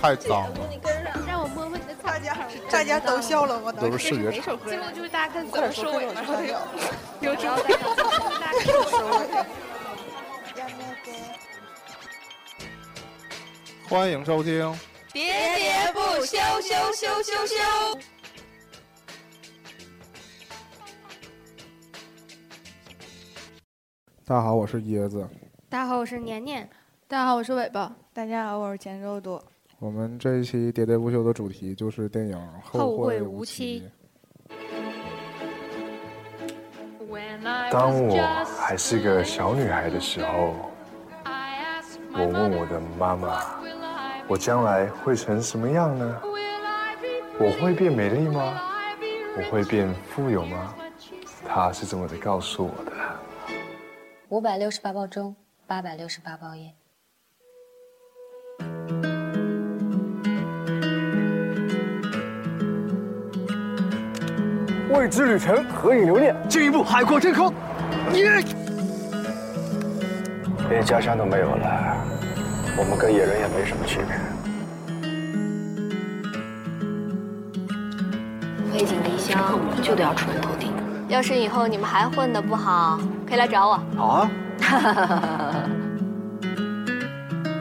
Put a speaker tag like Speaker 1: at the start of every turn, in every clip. Speaker 1: 太脏了。
Speaker 2: 你跟上，
Speaker 3: 让我摸摸你的草
Speaker 2: 大家
Speaker 3: 草。
Speaker 2: 大家都笑了，我
Speaker 1: 都
Speaker 2: 能
Speaker 1: 是视觉场，
Speaker 3: 最后就是大家看怎么收尾嘛，然后有有主
Speaker 2: 后
Speaker 3: 大家看怎么收尾。
Speaker 1: 欢迎收听。
Speaker 3: 喋喋不休，休休休休。
Speaker 1: 大家好，我是椰子。
Speaker 3: 大家好，我是年年。
Speaker 4: 大家好，我是尾巴。
Speaker 2: 大家好，我是钱肉多。
Speaker 1: 我们这一期喋喋不休的主题就是电影《
Speaker 3: 后会
Speaker 1: 会
Speaker 3: 无
Speaker 1: 期
Speaker 3: 期》。
Speaker 5: 当我还是个小女孩的时候，我问我的妈妈，我将来会成什么样呢？我会变美丽吗？我会变富有吗？她是这么的告诉我的。
Speaker 6: 五百六十八包粥，八百六十八包烟。
Speaker 5: 未知旅程，何以留恋？进一步，海阔天空。连家乡都没有了，我们跟野人也没什么区别。
Speaker 7: 背井离乡就得要出人头地。
Speaker 6: 要是以后你们还混得不好，可以来找我。
Speaker 5: 好啊。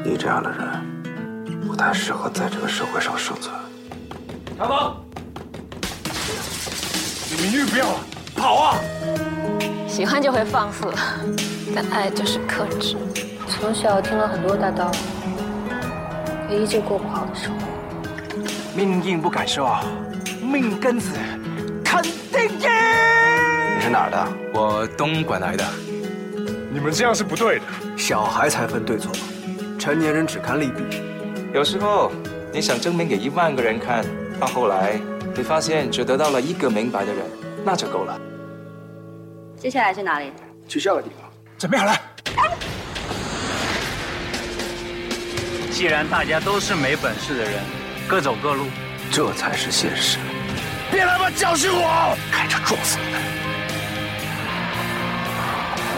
Speaker 5: 你这样的人，不太适合在这个社会上生存。长鹏，你名誉不要了，跑啊！
Speaker 7: 喜欢就会放肆， 但爱就是克制。
Speaker 6: 从小听了很多大道理，可依旧过不好的生活。
Speaker 5: 命硬不敢说，命根子肯定硬。你是哪儿的？
Speaker 8: 我东莞来的，
Speaker 5: 你们这样是不对的。小孩才分对错，成年人只看利弊。
Speaker 8: 有时候你想证明给一万个人看，到后来你发现只得到了一个明白的人，那就够了。
Speaker 6: 接下来去哪里？
Speaker 5: 去笑的地方。准备好了。
Speaker 9: 既然大家都是没本事的人，各走各路。
Speaker 5: 这才是现实。别他妈教训我！开车撞死你！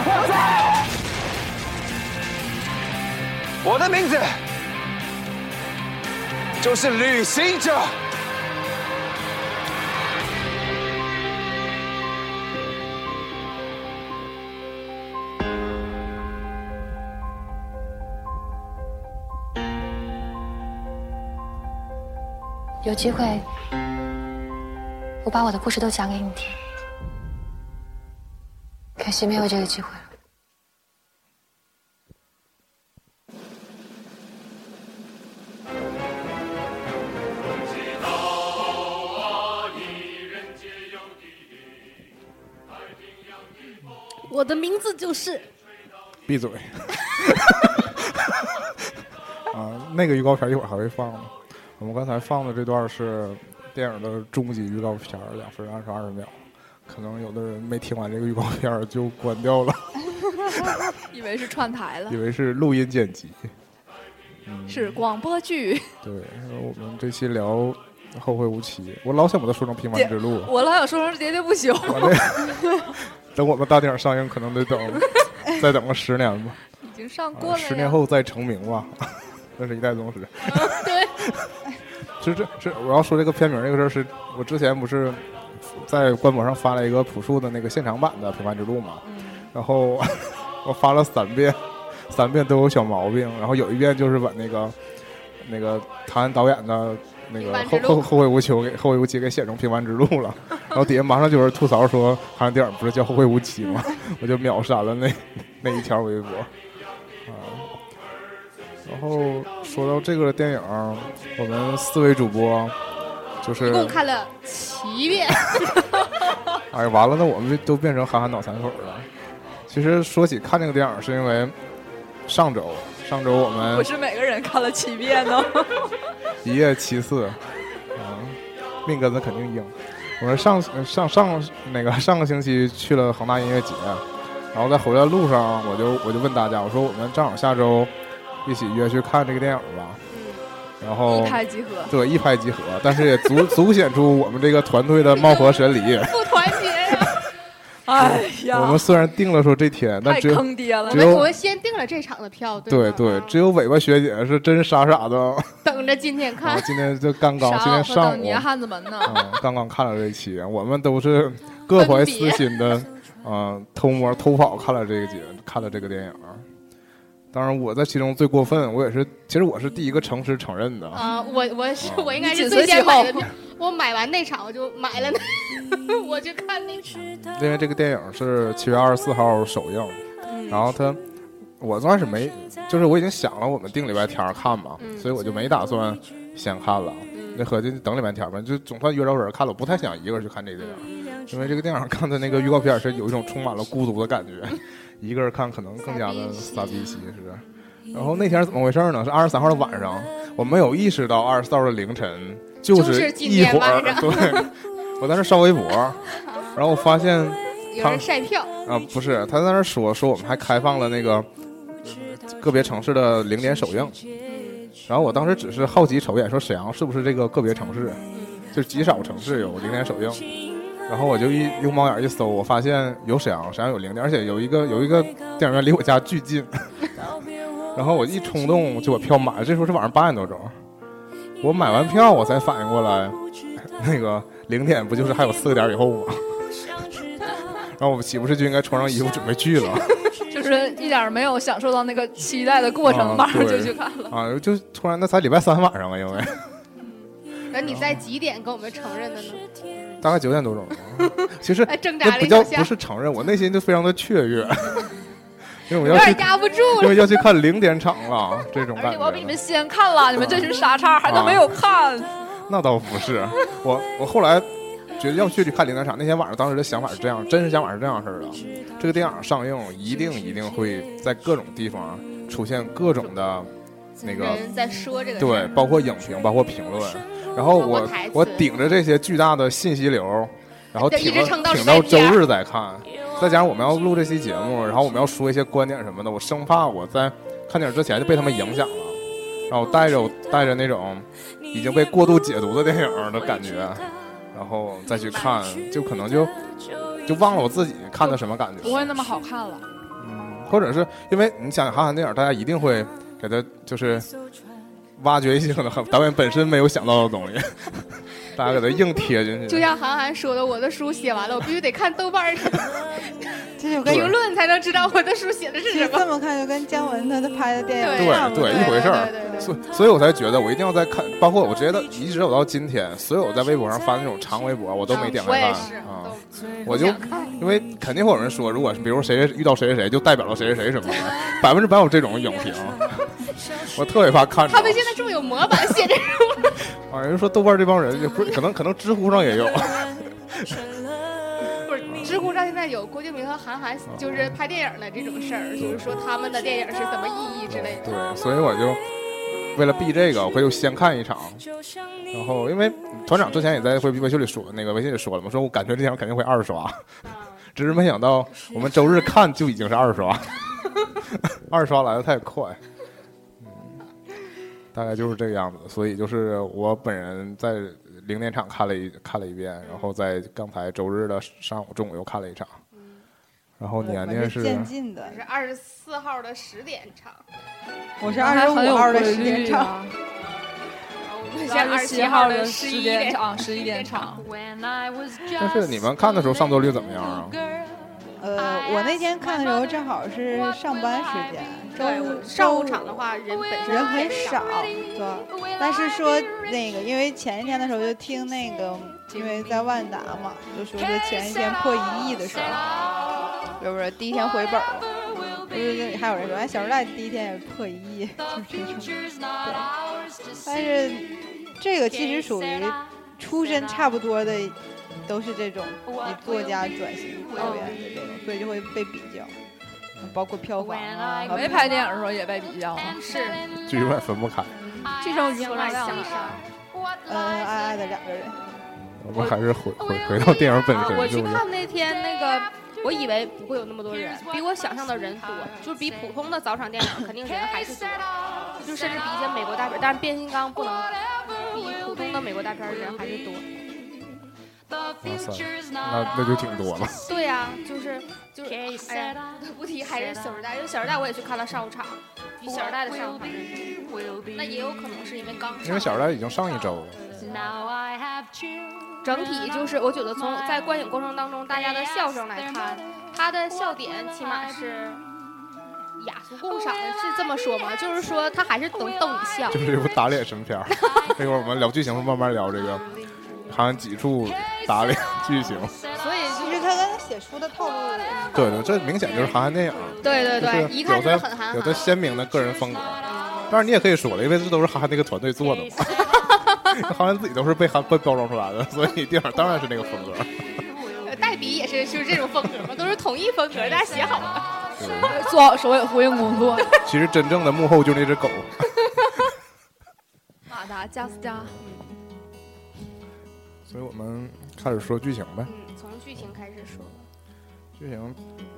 Speaker 5: 我操！我的名字就是旅行者。
Speaker 6: 有机会，我把我的故事都讲给你听。可惜没有这个机会了。
Speaker 4: 我的名字就是
Speaker 1: 闭嘴。 啊，那个预告片一会儿还会放呢。我们刚才放的这段是电影的终极预告片，两分二十二秒。可能有的人没听完这个预告片就关掉了，
Speaker 4: 以为是串台了
Speaker 1: 以，为是录音剪辑。
Speaker 4: 是广播剧。
Speaker 1: 对，我们这期聊《后会无期》，我老想把它说成《平凡之路》。啊
Speaker 4: 我老想说成喋喋不休，
Speaker 1: 我这 等我们大电影上映，可能得等 再等个十年吧，
Speaker 4: 已经上过
Speaker 1: 啊
Speaker 4: 了。
Speaker 1: 十年，后再成名吧， 那是一代宗师。
Speaker 4: 对，
Speaker 1: 是这是我要说这个片名这个事儿，是我之前不是在官博上发了一个朴树的那个现场版的《平凡之路》嘛，
Speaker 4: 嗯
Speaker 1: 然后 我发了三遍，三遍都有小毛病，然后有一遍就是把那个那个谭导演的。那个
Speaker 4: 平凡之
Speaker 1: 后
Speaker 4: 路
Speaker 1: 后后会无期给后会无期给写成平凡之路了，然后底下马上就有人吐槽说，韩电影不是叫后会无期吗？ 我就秒删了那那一条微博，啊，然后说到这个电影儿，我们四位主播就是
Speaker 4: 一共看了 七遍。
Speaker 1: 哎，完了，那我们都变成憨憨脑残粉儿了。其实说起看这个电影，是因为上周上周我
Speaker 4: 不
Speaker 1: 们
Speaker 4: 是每个人看了七遍 呢。
Speaker 1: 一夜七次，啊，命根子肯定硬。我们上呃上上那个上个星期去了恒大音乐节，然后在回来路上，我就我就问大家，我说我们正好下周一起约去看这个电影吧。然后
Speaker 4: 嗯一拍即合，
Speaker 1: 对，一拍即合， 但是也足足显出我们这个团队的貌合神离。
Speaker 4: 不团结呀！哎呀，
Speaker 1: 我们虽然定了说这天，但
Speaker 4: 太
Speaker 1: 只有
Speaker 4: 坑爹了
Speaker 1: 只
Speaker 4: 嗯
Speaker 10: 我。们
Speaker 1: 有
Speaker 10: 我们先订了这场的票，
Speaker 1: 对
Speaker 10: 吗？
Speaker 1: 对，只有尾巴学姐是真傻傻的。
Speaker 10: 等着今天看
Speaker 1: 我。今天就 刚刚
Speaker 4: 少
Speaker 1: 今天
Speaker 4: 我
Speaker 1: 上
Speaker 4: 等
Speaker 1: 午
Speaker 4: 你汉子 门呢。
Speaker 1: 嗯刚刚看了这一期，我们都是各怀私心的，啊、偷摸偷跑看了这个节，看了这个电影。当然，我在其中最过分，我也是，其实我是第一个诚实承认的。
Speaker 10: 啊、我我是
Speaker 1: 哦
Speaker 10: 我应该
Speaker 4: 你
Speaker 10: 是
Speaker 4: 紧随
Speaker 10: 最先
Speaker 4: 其后
Speaker 10: 买的票，我买完那场我就买了那，我去看那场。
Speaker 1: 因为这个电影是七月二十四号首映，
Speaker 10: 嗯
Speaker 1: 然后他我最开始没，就是我已经想了我们定礼拜天儿看嘛，
Speaker 10: 嗯
Speaker 1: 所以我就没打算先看了。那合计等礼拜天儿吧，就总算约着人看了。我不太想一个人去看这个电
Speaker 10: 嗯
Speaker 1: 影，因为这个电影看的那个预告片儿是有一种充满了孤独的感觉，
Speaker 10: 嗯
Speaker 1: 一个人看可能更加 的傻逼兮
Speaker 10: 嗯
Speaker 1: 是。然后那天是怎么回事儿呢？是二十三号的晚上，我没有意识到二十四号的凌晨就
Speaker 10: 就是是今
Speaker 1: 一
Speaker 10: 天
Speaker 1: 会儿
Speaker 10: 晚，上
Speaker 1: 对，我在那刷微博， 然后我发现。
Speaker 10: 有人晒票，
Speaker 1: 啊，不是，他在那儿说说我们还开放了那个呃个别城市的零点首映，然后我当时只是好奇瞅一眼，说沈阳是不是这个个别城市，就是极少城市有零点首映，然后我就一用猫眼一搜，我发现有沈阳，沈阳有零点，而且有一个有一个电影院离我家巨近， 然后我一冲动就把票买了，这时候是晚上八点多钟，我买完票我才反应过来，那个零点不就是还有四个点以后吗？ 然后我们岂不是就应该穿上衣服准备去了？
Speaker 4: 就是一点儿没有享受到那个期待的过程，
Speaker 1: 啊
Speaker 4: 马上就
Speaker 1: 对
Speaker 4: 去看 了。
Speaker 1: 啊，就突然那才礼拜三晚上嘛，因为
Speaker 10: 然后你在几点跟我们承认的呢？
Speaker 1: 大概九点多钟。 其实
Speaker 10: 哎，挣
Speaker 1: 那
Speaker 10: 扎了
Speaker 1: 不
Speaker 10: 一
Speaker 1: 叫
Speaker 10: 小下
Speaker 1: 不，是承认，我内心就非常的雀跃，因为我
Speaker 10: 有
Speaker 1: 要去
Speaker 10: 点，压不住
Speaker 1: 因为
Speaker 10: 了。
Speaker 1: 要去看零点场了，这种
Speaker 4: 而
Speaker 1: 感
Speaker 4: 且我比你们
Speaker 1: 觉。
Speaker 4: 先看
Speaker 1: 啊
Speaker 4: 了，你们这群傻叉还都没有看。
Speaker 1: 那倒不是，我我后来觉得要去看零点场，那天晚上当时的想法是这样，真实想法是这样式儿的：这个电影上映一定一定会在各种地方出现各种的那个
Speaker 10: 人在说这个事
Speaker 1: 对
Speaker 10: 儿，，
Speaker 1: 包括影评，包括评论，然后
Speaker 10: 包括
Speaker 1: 我
Speaker 10: 台词
Speaker 1: 我顶着这些巨大的信息流，然后
Speaker 10: 对
Speaker 1: 挺
Speaker 10: 一直撑到
Speaker 1: 挺到
Speaker 10: 礼拜
Speaker 1: 周
Speaker 10: 天
Speaker 1: 日再看，再加上我们要录这期节目，然后我们要说一些观点什么的，我生怕我在看电影之前就被他们影响了，然后我带着我带着那种已经被过度解读的电影的感觉，然后再去看，就可能就就忘了我自己看的什么感觉，嗯
Speaker 4: 不会那么好看了，
Speaker 1: 或者是因为你想韩寒电影，大家一定会给他就是挖掘一些可能很导演本身没有想到的东西， 大家给他硬贴进
Speaker 10: 就
Speaker 1: 去。
Speaker 10: 像韩寒说的，我的书写完了，我必须 得看豆瓣儿
Speaker 2: 这就跟
Speaker 10: 评论才能知道我的书写的是
Speaker 2: 其
Speaker 10: 什
Speaker 2: 实
Speaker 10: 么。
Speaker 2: 这么看就跟姜文他他拍的电影
Speaker 1: 对
Speaker 2: 一样嘛，
Speaker 1: 对，一
Speaker 2: 吧
Speaker 1: 回事
Speaker 10: 对
Speaker 1: 儿
Speaker 10: 对，对
Speaker 1: 所所以我才觉得我一定要再看，包括我直接到一直走到今天，所有在微博上发那种长微博，我都没点
Speaker 10: 嗯我
Speaker 1: 开
Speaker 10: 也
Speaker 1: 看
Speaker 10: 是，
Speaker 1: 啊
Speaker 10: 都。
Speaker 1: 我就因为肯定会有人说，如果是比如谁谁遇到谁谁谁，就代表了谁谁谁什么的，百分之百有这种影评，我特别怕看着。
Speaker 10: 他们现在这么有模板写 这种，
Speaker 1: 啊，人家说豆瓣这帮人也不是，可能可能知乎上也 有。
Speaker 10: 不
Speaker 1: 啊
Speaker 10: 是知乎上现在有郭敬明和韩寒就是拍电影的这种事儿，就是说他们的电影是什么意义之类的。
Speaker 1: 对，所以我就为了避这个，我会就先看一场。然后，因为团长之前也在微微信里说，那个微信里说了嘛，说我感觉这电影肯定会二刷， 只是没想到我们周日看就已经是二刷， 二刷来的太快。嗯，大概就是这个样子，所以就是我本人在零点场看了一看了一遍，然后在刚才周日的上午、中午又看了一场，然后年
Speaker 2: 我
Speaker 1: 年
Speaker 2: 是
Speaker 1: 是
Speaker 2: 渐进的
Speaker 10: 是，二十四号的十点场，
Speaker 2: 我是二
Speaker 4: 还
Speaker 2: 十
Speaker 4: 很
Speaker 2: 五
Speaker 4: 有
Speaker 2: 号
Speaker 4: 规
Speaker 2: 的时间
Speaker 4: 律
Speaker 2: 场，
Speaker 4: 啊。
Speaker 10: 然后我们现在
Speaker 4: 二
Speaker 10: 二
Speaker 4: 十
Speaker 10: 十
Speaker 4: 七
Speaker 10: 七
Speaker 4: 号
Speaker 10: 的
Speaker 4: 的
Speaker 10: 十
Speaker 4: 十
Speaker 10: 点
Speaker 4: 点场，十一点场，
Speaker 1: 但是你们看的时候上座率怎么样啊？
Speaker 2: 呃，我那天看的时候正好是上班时间，
Speaker 10: 对，
Speaker 2: 周
Speaker 10: 我
Speaker 2: 周
Speaker 10: 上午场的话人
Speaker 4: 啊
Speaker 10: 本身
Speaker 2: 人很
Speaker 10: 少。
Speaker 2: 少，对。但是说那个，因为前一天的时候就听那个，因为在万达嘛，就说说前一天破一亿的时候，比如说第一天回本了，就是那里还有人说，哎，小时代第一天也破一亿，就是这种。对，但是这
Speaker 4: 哎
Speaker 2: 个其实属于出身差不多的，都是这种以作家转型导演的这种，所以就会被比较。包括票房啊，
Speaker 4: 没拍电影的时候也被比较嘛。
Speaker 10: 是，
Speaker 1: 剧院分不开。
Speaker 4: 这种如何
Speaker 10: 相爱
Speaker 4: 量
Speaker 10: 相
Speaker 4: 力
Speaker 10: 杀。
Speaker 4: Uh,
Speaker 2: 恩恩呃爱爱的两个人，
Speaker 1: 我们还是回回回到电影本
Speaker 10: 啊，我
Speaker 1: 身，是
Speaker 10: 去
Speaker 1: 不是？
Speaker 10: 看那天那个，我以为不会有那么多人，比我想象的人多，就是比普通的早场电影肯定人还是多，就甚至比一些美国大片，但是变形金刚不能比普通的美国大片人还是多。
Speaker 4: Ah,
Speaker 1: 哇塞，那那就挺多了。
Speaker 10: 对呀、就是就是，哎呀，不提还是《小时代》，因为《小时代》我也去看了上午场，比《小时代》的上午场认真。那也有可能是因为刚上
Speaker 1: 因为小时代已经上一周了，
Speaker 10: 整体就是，我觉得从在观影过程当中，大家的笑声来看，它的笑点起码是雅俗共赏，是这么说吗？就是说，它还是能逗你笑。
Speaker 1: 就是一部打脸神片 儿。一会儿我们聊剧情，慢慢聊这个，看几处打脸剧情。
Speaker 2: 所以其实他跟他写书的套路，
Speaker 1: 对对，这明显就是韩寒电影，
Speaker 10: 对啊对对，一
Speaker 1: 就是有
Speaker 10: 看就是很
Speaker 1: 他
Speaker 10: 韩
Speaker 1: 有他
Speaker 10: 寒。
Speaker 1: 鲜明的个人风格。当然你也可以说了，因为这都是韩寒那个团队做的嘛。 韩寒自己都是被韩被包装出来的，所以电影当然是那个风格。
Speaker 10: 呃黛比也是就是这种风格嘛，都是统一风格，大家写好了。
Speaker 1: 对
Speaker 4: 做好首尾呼应工作。
Speaker 1: 其实真正的幕后就那只狗。
Speaker 4: 马达加斯加，
Speaker 1: 所以我们开始说剧情呗。
Speaker 10: 嗯，从剧情开始说。
Speaker 1: 剧情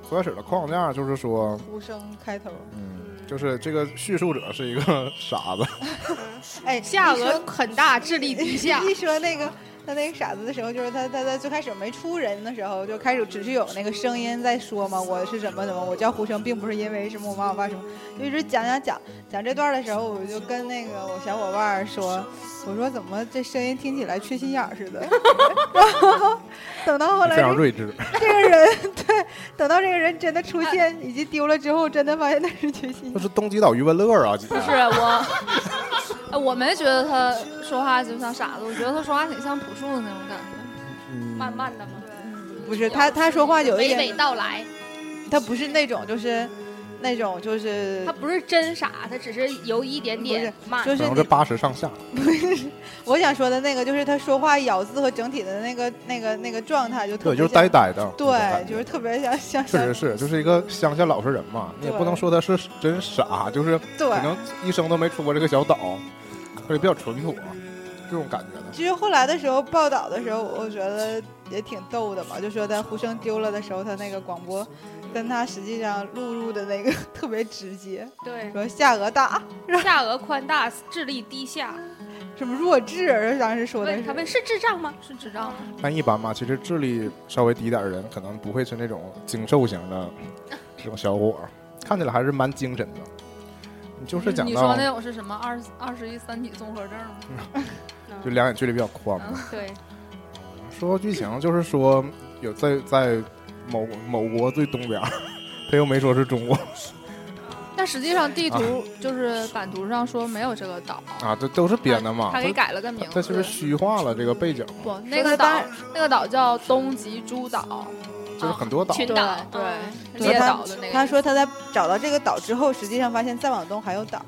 Speaker 1: 最开始的框架就是说，
Speaker 2: 无声开头。
Speaker 1: 嗯，就是这个叙述者是一个 傻子，
Speaker 2: 哎，
Speaker 10: 下
Speaker 2: 一说。
Speaker 10: 颚很大，啊智力低下
Speaker 2: 一说那个他那个傻子的时候，就是他他他最开始没出人的时候，就开始只是有那个声音在说嘛，我是怎么怎么，我叫胡生，并不是因为什么我妈我爸什么，就一直讲讲讲讲这段的时候，我就跟那个我小伙伴儿说，我说怎么这声音听起来缺心眼儿似的， 然后等到后来
Speaker 1: 非常
Speaker 2: 这
Speaker 1: 睿智。
Speaker 2: 这个人 对，等到这个人真的出现以及丢了之后，真的发现那是缺心眼
Speaker 1: 那是东极岛余文乐啊，姐
Speaker 4: 不是我，呃我没觉得他说话就像傻子，我觉得他说话挺像朴树的那种感觉。
Speaker 10: 慢慢的嘛，
Speaker 2: 儿，不是他他说话有一
Speaker 10: 娓
Speaker 2: 点
Speaker 10: 娓道来。
Speaker 2: 他不是那种就是那种就是
Speaker 10: 他不是真傻，他只是有一点点慢。
Speaker 2: 就
Speaker 1: 可
Speaker 2: 是
Speaker 1: 能
Speaker 2: 你
Speaker 1: 是八十上下。
Speaker 2: 我想说的那个就是他说话咬字和整体的那个那个那个状态就特
Speaker 1: 对，
Speaker 2: 别
Speaker 1: 就是
Speaker 2: 像
Speaker 1: 呆呆的。
Speaker 2: 对，就是特别像像
Speaker 1: 确实是，就是一个乡下老实人嘛，你也
Speaker 2: 对
Speaker 1: 不能说他是真傻，就是
Speaker 2: 对
Speaker 1: 可能一生都没出过这个小岛，而且比较淳朴，啊这种感觉的。
Speaker 2: 其实后来的时候报道的时候，我觉得也挺逗的嘛，就说他呼声丢了的时候，他那个广播跟他实际上录入的那个 特别直接，
Speaker 10: 对，
Speaker 2: 说下颚大，
Speaker 10: 下颚宽大，智力低下。
Speaker 2: 什么弱智，啊当时说的
Speaker 10: 问
Speaker 2: 是
Speaker 10: 他们是智障吗？是智障吗？
Speaker 1: 但一般嘛，其实智力稍微低点儿的人，可能不会是那种精瘦型 的这种小伙儿，看起来还是蛮精神的。你就是讲
Speaker 4: 你
Speaker 1: 到
Speaker 4: 说那种是什么二二十一三体综合症吗？
Speaker 1: 就两眼距离比较宽嘛。
Speaker 10: 嗯对，
Speaker 1: 说到剧情，就是说有在在某某国最东边儿， 他又没说是中国
Speaker 4: 但实际上地图就是版图上说没有这个岛，
Speaker 1: 啊，这都是编的嘛。
Speaker 4: 他给改了个名
Speaker 1: 他是不是。
Speaker 4: 字
Speaker 1: 虚化了这个背景？
Speaker 4: 不，那个岛那个岛叫东极诸岛，
Speaker 1: 就是很多岛，
Speaker 10: 群
Speaker 4: 对
Speaker 10: 岛嗯
Speaker 4: 对，
Speaker 2: 就是
Speaker 4: 列
Speaker 2: 他
Speaker 4: 岛的那个。
Speaker 2: 他说他在找到这个岛之后，实际上发现再往东还有岛，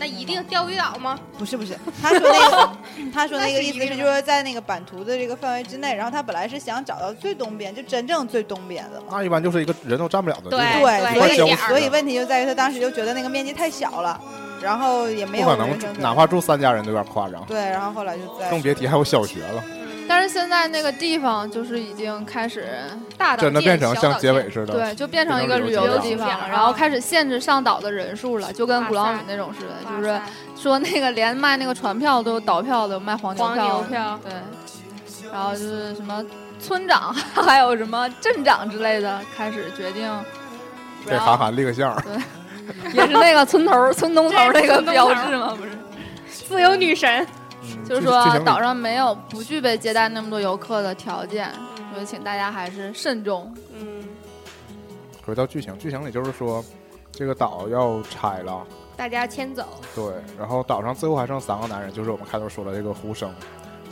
Speaker 10: 那一定钓鱼岛吗？
Speaker 2: 不是不是，他说那 个他说那个意思是就是在那个版图的这个范围之内，然后他本来是想找到最东边，就真正最东边的嘛。
Speaker 1: 那一般就是一个人都站不了的地
Speaker 10: 对
Speaker 4: 哎
Speaker 1: 方，
Speaker 10: 对
Speaker 2: 所
Speaker 1: 快消
Speaker 2: 以
Speaker 1: 失
Speaker 2: 所以
Speaker 1: 了
Speaker 2: 问题就在于他当时就觉得那个面积太小了，然后也没
Speaker 1: 不
Speaker 2: 有
Speaker 1: 可
Speaker 2: 人
Speaker 1: 能住
Speaker 2: 生，的
Speaker 1: 哪怕住三家人都有点夸张，
Speaker 2: 对，然后后来就在
Speaker 1: 更别提还有小学了，
Speaker 4: 但是现在那个地方就是已经开始
Speaker 10: 大岛
Speaker 1: 真的变成
Speaker 10: 小岛
Speaker 1: 像结尾似的。
Speaker 4: 对，就变成一个旅游的地方，然后开始限制上岛的人数了，就跟鼓浪屿那种似的，
Speaker 10: 见
Speaker 4: 就是说那个连卖那个船票都有倒票的，卖黄牛
Speaker 10: 黄牛票
Speaker 4: 对，然后就是什么村长 还有什么镇长之类的，开始决定不
Speaker 1: 给
Speaker 4: 要，
Speaker 1: 韩寒立个像，
Speaker 4: 也是那个村头儿村东头儿那个标志嘛，不是。
Speaker 10: 自由女神。
Speaker 1: 嗯
Speaker 4: 就是
Speaker 1: 剧
Speaker 4: 说
Speaker 1: 情里
Speaker 4: 岛上没有不具备接待那么多游客的条件，所以请大家还是慎重。
Speaker 10: 嗯，
Speaker 1: 回到剧情，剧情里就是说这个岛要拆了，
Speaker 10: 大家迁走。
Speaker 1: 对，
Speaker 4: 嗯
Speaker 1: 然后岛上最后还剩三个男人，就是我们开头说的这个胡生。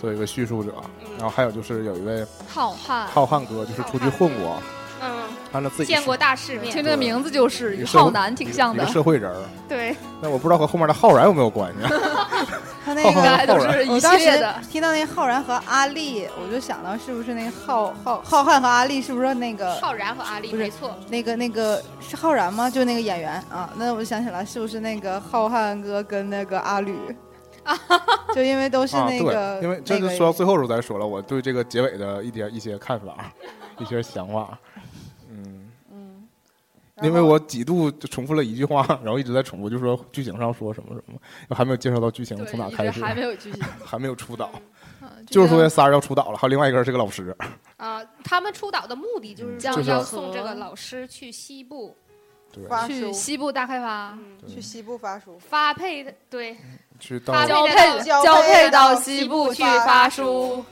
Speaker 1: 作为一个叙述者，然后还有就是有一位
Speaker 4: 嗯浩瀚，
Speaker 1: 浩瀚哥，就是出去混过，
Speaker 10: 嗯，
Speaker 1: 按照自己
Speaker 10: 见过大世面。
Speaker 4: 听这个名字就是
Speaker 1: 一
Speaker 4: 与
Speaker 1: 个社会
Speaker 4: 浩南挺像
Speaker 1: 一
Speaker 4: 的
Speaker 1: 个，社会人 儿，
Speaker 10: 对，
Speaker 1: 但我不知道和后面的浩然有没有关系。啊
Speaker 2: 他那
Speaker 1: 浩
Speaker 4: 大
Speaker 1: 瀚
Speaker 2: 个。
Speaker 4: 家都是一
Speaker 2: 我
Speaker 4: 系
Speaker 2: 当时
Speaker 4: 列的。
Speaker 2: 听到那浩然和阿丽，我就想到是不是那个浩浩浩瀚和阿丽是不是那个
Speaker 10: 浩然和阿丽
Speaker 2: 不是
Speaker 10: 没错。
Speaker 2: 那个那个是浩然吗？就那个演员啊，那我就想起来是不是那个浩瀚哥跟那个阿吕，
Speaker 4: 啊
Speaker 2: 就因为都是
Speaker 1: 啊，
Speaker 2: 那个，
Speaker 1: 对，因为这是
Speaker 2: 那个
Speaker 1: 说到最后时候再说了，我对这个结尾的一点一些看法，一些想法。嗯，因为我几度就重复了一句话，然后一直在重复，就说剧情上说什么什么，还没有介绍到剧情从哪开始，
Speaker 4: 还没有 剧情，
Speaker 1: 还没有出岛，就是嗯说这仨人要出岛了，还有另外一个人是个老师，
Speaker 10: 啊，他们出岛的目的就是
Speaker 1: 就是
Speaker 10: 要送这个老师去西部，嗯
Speaker 1: 对，
Speaker 4: 去西部大开发，
Speaker 2: 去西部发书，
Speaker 10: 发配的对，
Speaker 1: 去到
Speaker 10: 发
Speaker 4: 交
Speaker 10: 配
Speaker 4: 配
Speaker 10: 到
Speaker 4: 交
Speaker 2: 配
Speaker 4: 配
Speaker 2: 到
Speaker 4: 到
Speaker 2: 西
Speaker 4: 西
Speaker 2: 部
Speaker 4: 部
Speaker 2: 去
Speaker 4: 去
Speaker 2: 发
Speaker 4: 发
Speaker 2: 书
Speaker 4: 书。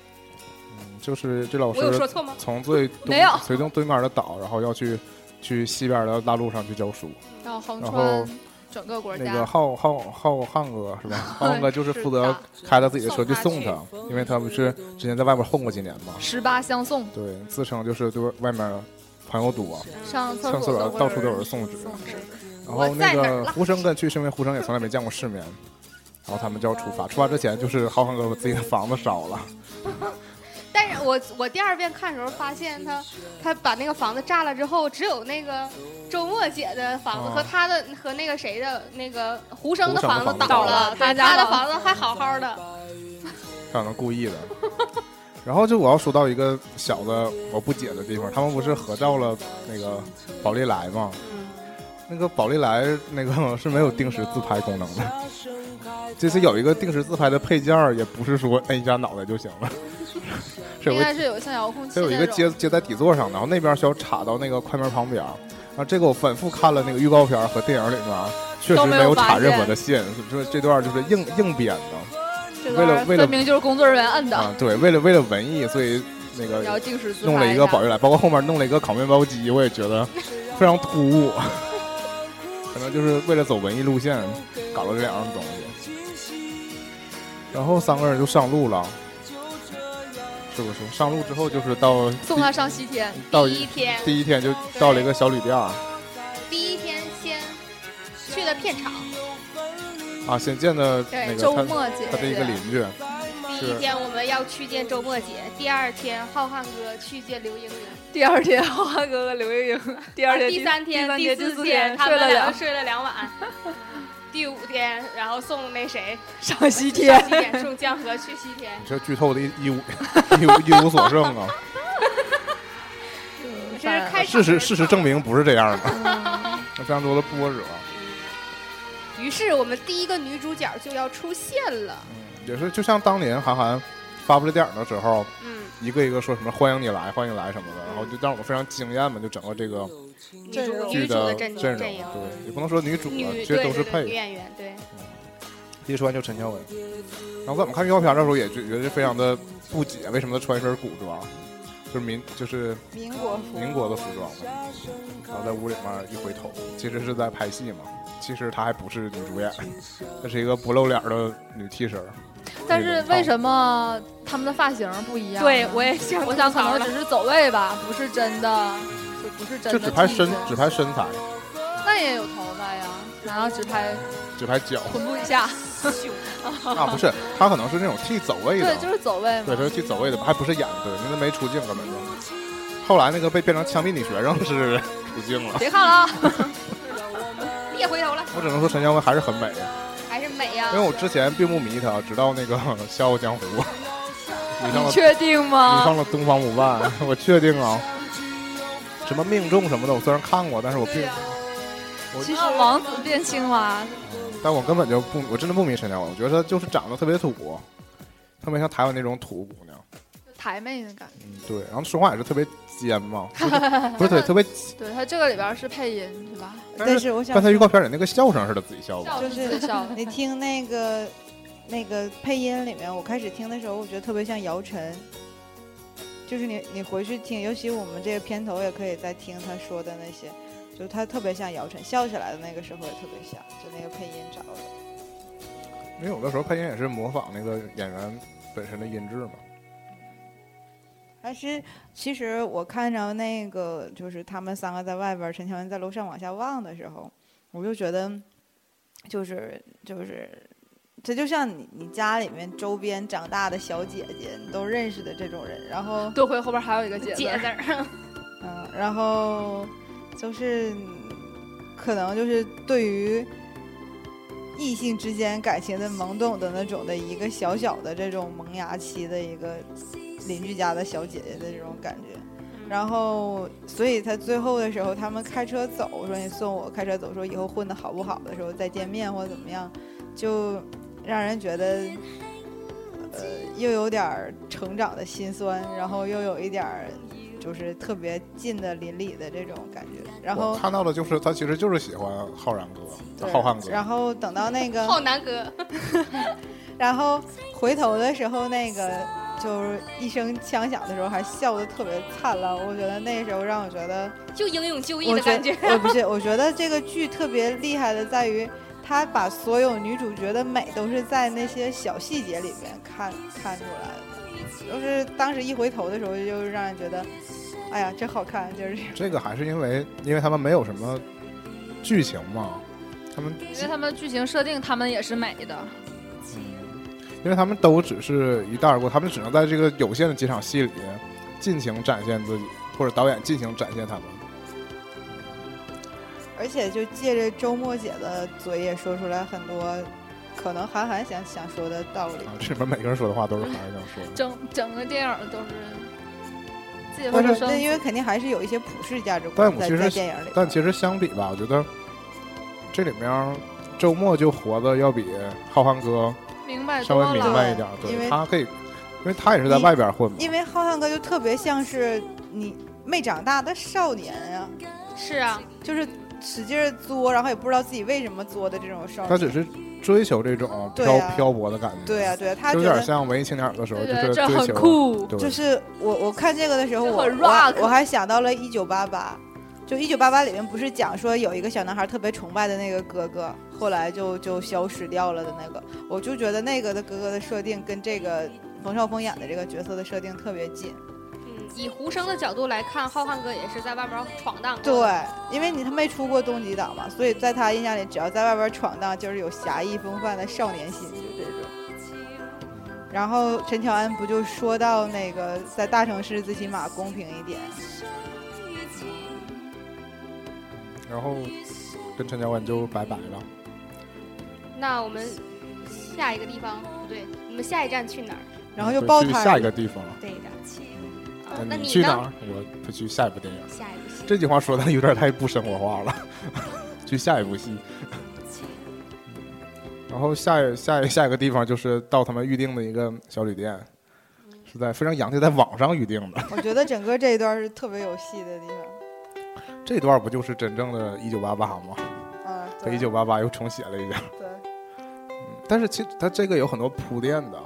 Speaker 1: 就是这老师
Speaker 10: 我有说错吗
Speaker 1: 从最东
Speaker 4: 没有
Speaker 1: 最东对面的岛，然后要去去西边的大陆上去教书，
Speaker 4: 到横
Speaker 1: 然后
Speaker 4: 穿整个国
Speaker 1: 那个
Speaker 4: 家。
Speaker 1: 浩浩浩汉哥 是吧？浩汉哥就是负责开他自己的车去送他，因为他不是之前在外边混过几年嘛。
Speaker 4: 十八相送，
Speaker 1: 对，自称就是对外面朋友多，
Speaker 10: 嗯
Speaker 4: 上厕
Speaker 1: 上厕
Speaker 4: 所
Speaker 1: 所
Speaker 4: 都会
Speaker 1: 到处都有人送纸。然
Speaker 4: 我
Speaker 1: 后那
Speaker 4: 在哪儿
Speaker 1: 个
Speaker 4: 了
Speaker 1: 胡生跟去，是因为胡生也从来没见过世面，然后他们就要出
Speaker 4: 哦
Speaker 1: 发。出发之前，就是浩瀚哥把自己的房子烧了，
Speaker 10: 但是我我第二遍看的时候发现他，他把那个房子炸了之后，只有那个周末姐的房子
Speaker 1: 啊
Speaker 10: 和他的、和那个谁的那个胡生
Speaker 1: 胡
Speaker 10: 的
Speaker 1: 生的
Speaker 10: 房
Speaker 1: 房
Speaker 10: 子
Speaker 1: 子
Speaker 10: 倒
Speaker 1: 倒
Speaker 10: 了
Speaker 4: 了，
Speaker 10: 对
Speaker 4: 他
Speaker 10: 他
Speaker 4: 家
Speaker 10: 的
Speaker 4: 房
Speaker 10: 房子还好好的。
Speaker 1: 他可能故意的。 然后就我要说到一个小的我不解的地方，他们不是合照了那个宝丽来吗？那个宝丽来那个是没有定时自拍功能的，就是有一个定时自拍的配件儿，也不是说摁一下脑袋就行了， 是有
Speaker 4: 应
Speaker 1: 个
Speaker 4: 该是有像遥控器
Speaker 1: 它有一
Speaker 4: 那
Speaker 1: 个
Speaker 4: 种
Speaker 1: 接接在底座上的，然后那边需要插到那个快门旁边儿。啊，这个我反复看了那个预告片儿和电影里面啊，确实
Speaker 4: 都没有
Speaker 1: 有
Speaker 4: 发
Speaker 1: 插任
Speaker 4: 现
Speaker 1: 何的线，所以这这段就是硬硬编的
Speaker 4: 这
Speaker 1: 为了
Speaker 4: 段
Speaker 1: 为了
Speaker 4: 啊分明就是工作人员摁
Speaker 1: 啊
Speaker 4: 的，。
Speaker 1: 对，为了为了文艺，所以那个
Speaker 4: 然后定时自拍
Speaker 1: 弄了一个宝玉来，包括后面弄了一个烤面包机，我也觉得非常突兀， 可能就是为了走文艺路线搞了这两样东西。然后三个人就上路了，是不是？上路之后就是到
Speaker 4: 送他上西天，
Speaker 1: 到
Speaker 10: 第一天
Speaker 1: 第一天就到了一个小旅店儿
Speaker 10: 第一天先去的片场，
Speaker 1: 啊，先见的那
Speaker 10: 对
Speaker 1: 个
Speaker 4: 周
Speaker 1: 他
Speaker 4: 末姐
Speaker 1: 他的一个
Speaker 4: 姐
Speaker 1: 邻居，
Speaker 10: 第一天我们要去见周末姐，第二天浩瀚哥去见刘英英，
Speaker 4: 第二天花花哥哥刘莹莹，第二天
Speaker 10: 第三天、
Speaker 4: 第
Speaker 10: 第四
Speaker 4: 天
Speaker 10: 他
Speaker 4: 睡
Speaker 10: 们
Speaker 4: 了
Speaker 10: 两
Speaker 4: 两
Speaker 10: 个睡了两 晚，第五天然后送那谁
Speaker 4: 上西
Speaker 10: 上
Speaker 4: 天
Speaker 10: 西，点送江河去西天。
Speaker 1: 你这剧透的一一无 一无一无所剩 啊！
Speaker 10: 这是开
Speaker 1: 哎事
Speaker 10: 场
Speaker 1: 实
Speaker 10: 的
Speaker 1: 事实证明不是这样的，
Speaker 10: 嗯
Speaker 1: 有非常多的波折。
Speaker 10: 于是我们第一个女主角就要出现了。
Speaker 1: 也是就像当年韩寒发布这电影的时候，
Speaker 10: 嗯，
Speaker 1: 一个一个说什么欢迎你来，欢迎来什么的，然后就让我非常惊艳嘛，就整个这个
Speaker 10: 女
Speaker 2: 阵
Speaker 10: 主
Speaker 2: 容
Speaker 1: 剧
Speaker 10: 嗯女主
Speaker 1: 的
Speaker 10: 阵
Speaker 1: 阵容，
Speaker 10: 阵营，
Speaker 1: 对，也不能说女主啊，
Speaker 10: 女
Speaker 1: 其实
Speaker 10: 对
Speaker 1: 都是
Speaker 10: 对对女
Speaker 1: 配。
Speaker 10: 演员，对，
Speaker 1: 一说完就陈乔文，然后在我们看预告片的时候也觉觉得非常的不解，为什么她穿一身古装，就是民就是
Speaker 2: 民国服，
Speaker 1: 民国的服装嘛，然后在屋里面一回头，其实是在拍戏嘛，其实她还不是女主演，她是一个不露脸的女替身儿。
Speaker 4: 但是为什么他们的发型不一样呢？
Speaker 10: 对我也想
Speaker 4: 我想
Speaker 10: 吐
Speaker 4: 可
Speaker 10: 槽
Speaker 4: 能
Speaker 10: 了
Speaker 4: 只是走位吧，不是真的，就不是真
Speaker 1: 就
Speaker 4: 的。
Speaker 1: 只拍身，只拍身材，
Speaker 4: 那也有头发呀，难道只拍
Speaker 1: 只拍脚？
Speaker 4: 臀部以下？
Speaker 1: 啊，不是，他可能是那种替走位的，
Speaker 4: 对，就是走位嘛
Speaker 1: 对，。他是替走位的，还不是演的，对，因为没出镜根本就。后来那个被变成枪毙女学生是出镜了，
Speaker 4: 别看了啊，
Speaker 10: 别回头了，
Speaker 1: 我只能说陈乔恩还是很美，
Speaker 10: 还是美呀
Speaker 1: 因为。我之前并不迷她，直到那个 《笑傲江湖》 迷上
Speaker 4: 你
Speaker 1: 了
Speaker 4: 确定
Speaker 1: 迷上
Speaker 4: 吗？
Speaker 1: 了东方不败， 我确定啊。什么命中什么的，我虽然看过，但是我并，
Speaker 4: 其实王子变青蛙，
Speaker 1: 但我根本就不，我真的不迷陈乔恩，我觉得她就是长得特别土，特别像台湾那种土姑娘。
Speaker 4: 台妹的感觉。
Speaker 1: 嗯，对，然后说话也是特别尖嘛，不 是不是特别特别尖，
Speaker 4: 对他这个里边是配音是吧？
Speaker 1: 但
Speaker 2: 但是我想
Speaker 1: 刚才预告片里那个笑声似的自己笑吧，
Speaker 4: 笑
Speaker 2: 就是
Speaker 4: 自己笑的。
Speaker 2: 你听那个那个配音里面，我开始听的时候，我觉得特别像姚晨，就是你你回去听，尤其我们这个片头也可以再听他说的那些，就他特别像姚晨，笑起来的那个时候也特别像，就那个配音找的。
Speaker 1: 因为有的时候配音也是模仿那个演员本身的音质嘛。
Speaker 2: 但是其实我看着那个就是他们三个在外边儿，陈乔恩在楼上往下望的时候，我就觉得，就是就是，这就像你你家里面周边长大的小姐姐，你都认识的这种人，然后
Speaker 4: 多亏后边还有一个姐
Speaker 10: 姐
Speaker 4: 姐
Speaker 10: 字，儿，
Speaker 2: 嗯，然后就是可能就是对于异性之间感情的懵懂的那种的一个小小的这种萌芽期的一个邻居家的小姐姐的这种感觉，然后，所以他最后的时候，他们开车走，说你送我开车走，说以后混的好不好的时候再见面或者怎么样，就让人觉得，呃，又有点儿成长的心酸，然后又有一点儿就是特别近的邻里的这种感觉。然后
Speaker 1: 我看到的就是他其实就是喜欢浩然哥，
Speaker 2: 对
Speaker 1: 浩瀚哥。
Speaker 2: 然后等到那个
Speaker 10: 浩南哥，
Speaker 2: 然后回头的时候，那个就是一声枪响的时候，还笑得特别灿烂。我觉得那时候让我觉得，
Speaker 10: 就英勇就义
Speaker 2: 我
Speaker 10: 的
Speaker 2: 觉
Speaker 10: 感觉。
Speaker 2: 我不是，我觉得这个剧特别厉害的在于，它把所有女主角的美都是在那些小细节里面看看出来的。就是当时一回头的时候，就让人觉得，哎呀，真好看，就是这样。
Speaker 1: 这个还是因为因为他们没有什么剧情嘛，他们
Speaker 4: 因为他们的剧情设定，他们也是美的。
Speaker 1: 嗯因为他们都只是一带而过，他们只能在这个有限的几场戏里尽情展现自己，或者导演尽情展现他们。
Speaker 2: 而且就借着周末姐的嘴也说出来很多，可能韩寒想想说的道理。
Speaker 1: 啊这里面每个人说的话都是韩寒想 说的。
Speaker 4: 整整个电影都是自己
Speaker 2: 但
Speaker 4: 的
Speaker 2: 是，
Speaker 4: 生
Speaker 2: 那因为
Speaker 4: 死。
Speaker 2: 肯定还是有一些普世价值
Speaker 1: 但
Speaker 2: 观
Speaker 1: 我
Speaker 2: 在
Speaker 1: 其
Speaker 2: 在
Speaker 1: 实
Speaker 2: 电影里。
Speaker 1: 但其实相比吧，我觉得这里面周末就活的要比浩瀚哥
Speaker 4: 明白
Speaker 1: 稍
Speaker 4: 多
Speaker 1: 微
Speaker 4: 了，
Speaker 1: 明白一点，
Speaker 2: 因
Speaker 1: 对
Speaker 2: 为
Speaker 1: 他可以，因为他也是在外边混嘛。
Speaker 2: 因为浩瀚哥就特别像是你没长大的少年呀、
Speaker 10: 是啊，
Speaker 2: 就是使劲儿作，然后也不知道自己为什么作的这种少年。
Speaker 1: 他只是追求这种
Speaker 2: 对
Speaker 1: 漂、
Speaker 2: 啊
Speaker 1: 漂泊的感觉，
Speaker 2: 对呀、对呀、啊他
Speaker 1: 就
Speaker 2: 觉
Speaker 1: 有点
Speaker 2: 得
Speaker 1: 像文艺青年的时候，就
Speaker 4: 对
Speaker 1: 是追
Speaker 4: 这很
Speaker 1: 求，
Speaker 4: 酷
Speaker 1: 对，
Speaker 2: 就是我我看这个的时候，
Speaker 4: 就
Speaker 2: 我
Speaker 4: 很
Speaker 2: 我还
Speaker 4: rock
Speaker 2: 我还想到了《一九八八》，就《一九八八》里面不是讲说有一个小男孩特别崇拜的那个哥哥，后来就就消失掉了的那个，我就觉得那个的哥哥的设定跟这个冯绍峰演的这个角色的设定特别近。
Speaker 10: 嗯，以胡生的角度来看，浩瀚哥也是在外面闯荡过。
Speaker 2: 对，因为你他没出过东极岛嘛，所以在他印象里，只要在外边闯荡，就是有侠义风范的少年心，就这种。然后陈乔恩不就说到那个在大城市最起码公平一点，
Speaker 1: 然后跟陈乔恩就拜拜了。
Speaker 10: 那我们下一个地方不对，我们下一站去哪儿？
Speaker 2: 然后就爆
Speaker 1: 去
Speaker 2: 胎。
Speaker 1: 下一个地方了。
Speaker 10: 对的。啊
Speaker 1: 那
Speaker 10: 那
Speaker 1: 嗯去哪
Speaker 10: 呢？
Speaker 1: 儿？我他去下一部电影。
Speaker 10: 下一部戏。
Speaker 1: 这句话说的有点太不生活化了， 去下一部 戏。然后下一下一下一个地方就是到他们预定的一个小旅店，
Speaker 10: 嗯
Speaker 1: 是在非常洋气，在网上预定的。
Speaker 2: 我觉得整个这一段是特别有戏的地方。
Speaker 1: 这段不就是真正的一九八八吗？
Speaker 2: 啊，
Speaker 1: 在
Speaker 2: 对
Speaker 1: 一九八八又重写了一下，
Speaker 2: 对，
Speaker 1: 但是其实它这个有很多铺垫的。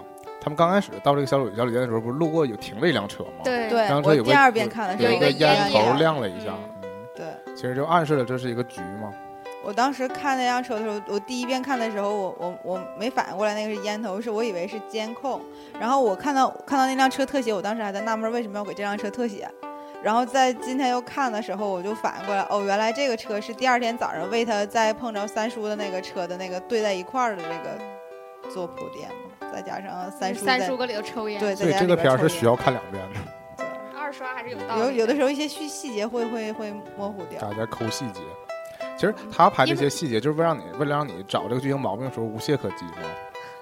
Speaker 1: 他们刚开始到这个小旅小旅店的时候，不是路过有停了一辆车吗？
Speaker 10: 对
Speaker 2: 对
Speaker 1: 当时
Speaker 2: 我
Speaker 1: 有个
Speaker 2: 第二遍看的时
Speaker 1: 有
Speaker 2: 候
Speaker 1: 一个
Speaker 2: 有一个
Speaker 1: 烟
Speaker 2: 烟
Speaker 1: 头
Speaker 2: 叶
Speaker 1: 亮了一下，
Speaker 2: 对
Speaker 1: 嗯其实就暗示了这是一个局嘛。
Speaker 2: 我当时看那辆车的时候，我第一遍看的时候，我我我没反应过来那个是烟头，是我以为是监控。然后我看到看到那辆车特写，我当时还在纳闷为什么要给这辆车特写。然后在今天又看的时候，我就反应过来，哦，原来这个车是第二天早上为他在碰着三叔的那个车的那个对在一块儿的这个做铺垫嘛，再加上三叔在
Speaker 10: 三叔搁里头抽烟。
Speaker 2: 对，，在
Speaker 1: 所以
Speaker 2: 家
Speaker 1: 这个
Speaker 2: 里边
Speaker 1: 片儿
Speaker 2: 抽
Speaker 1: 是
Speaker 2: 烟
Speaker 1: 需要看两遍的，
Speaker 10: 二刷还是有道理。
Speaker 2: 有有的时候一些细细节会会会模糊掉。嗯
Speaker 1: 大家抠细节。其实他拍这
Speaker 10: 因
Speaker 1: 些细节，就是为了让你为了让你找这个剧情毛病的时候无懈可击嘛，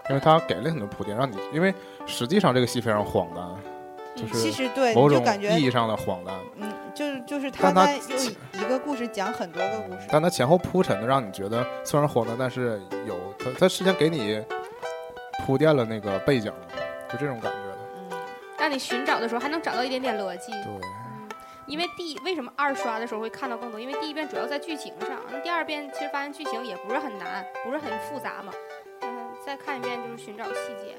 Speaker 1: 因为他给了很多铺垫，让你因为实际上这个戏非常荒诞，就
Speaker 2: 嗯其
Speaker 1: 是
Speaker 2: 实对，
Speaker 1: 某
Speaker 2: 你
Speaker 1: 种
Speaker 2: 就感觉
Speaker 1: 意义上的荒诞。
Speaker 2: 嗯，就是就是他
Speaker 1: 但他
Speaker 2: 在用一个故事讲很多个故事，
Speaker 1: 但他前后铺陈的让你觉得虽然荒诞，但是有他他事先给你铺垫了那个背景，就这种感觉 的。
Speaker 10: 让你寻找的时候还能找到一点点逻辑。嗯
Speaker 1: 对，
Speaker 10: 因为第为什么二刷的时候会看到更多？因为第一遍主要在剧情上，那第二遍其实发现剧情也不是很难，不是很复杂嘛。嗯，再看一遍就是寻找细节。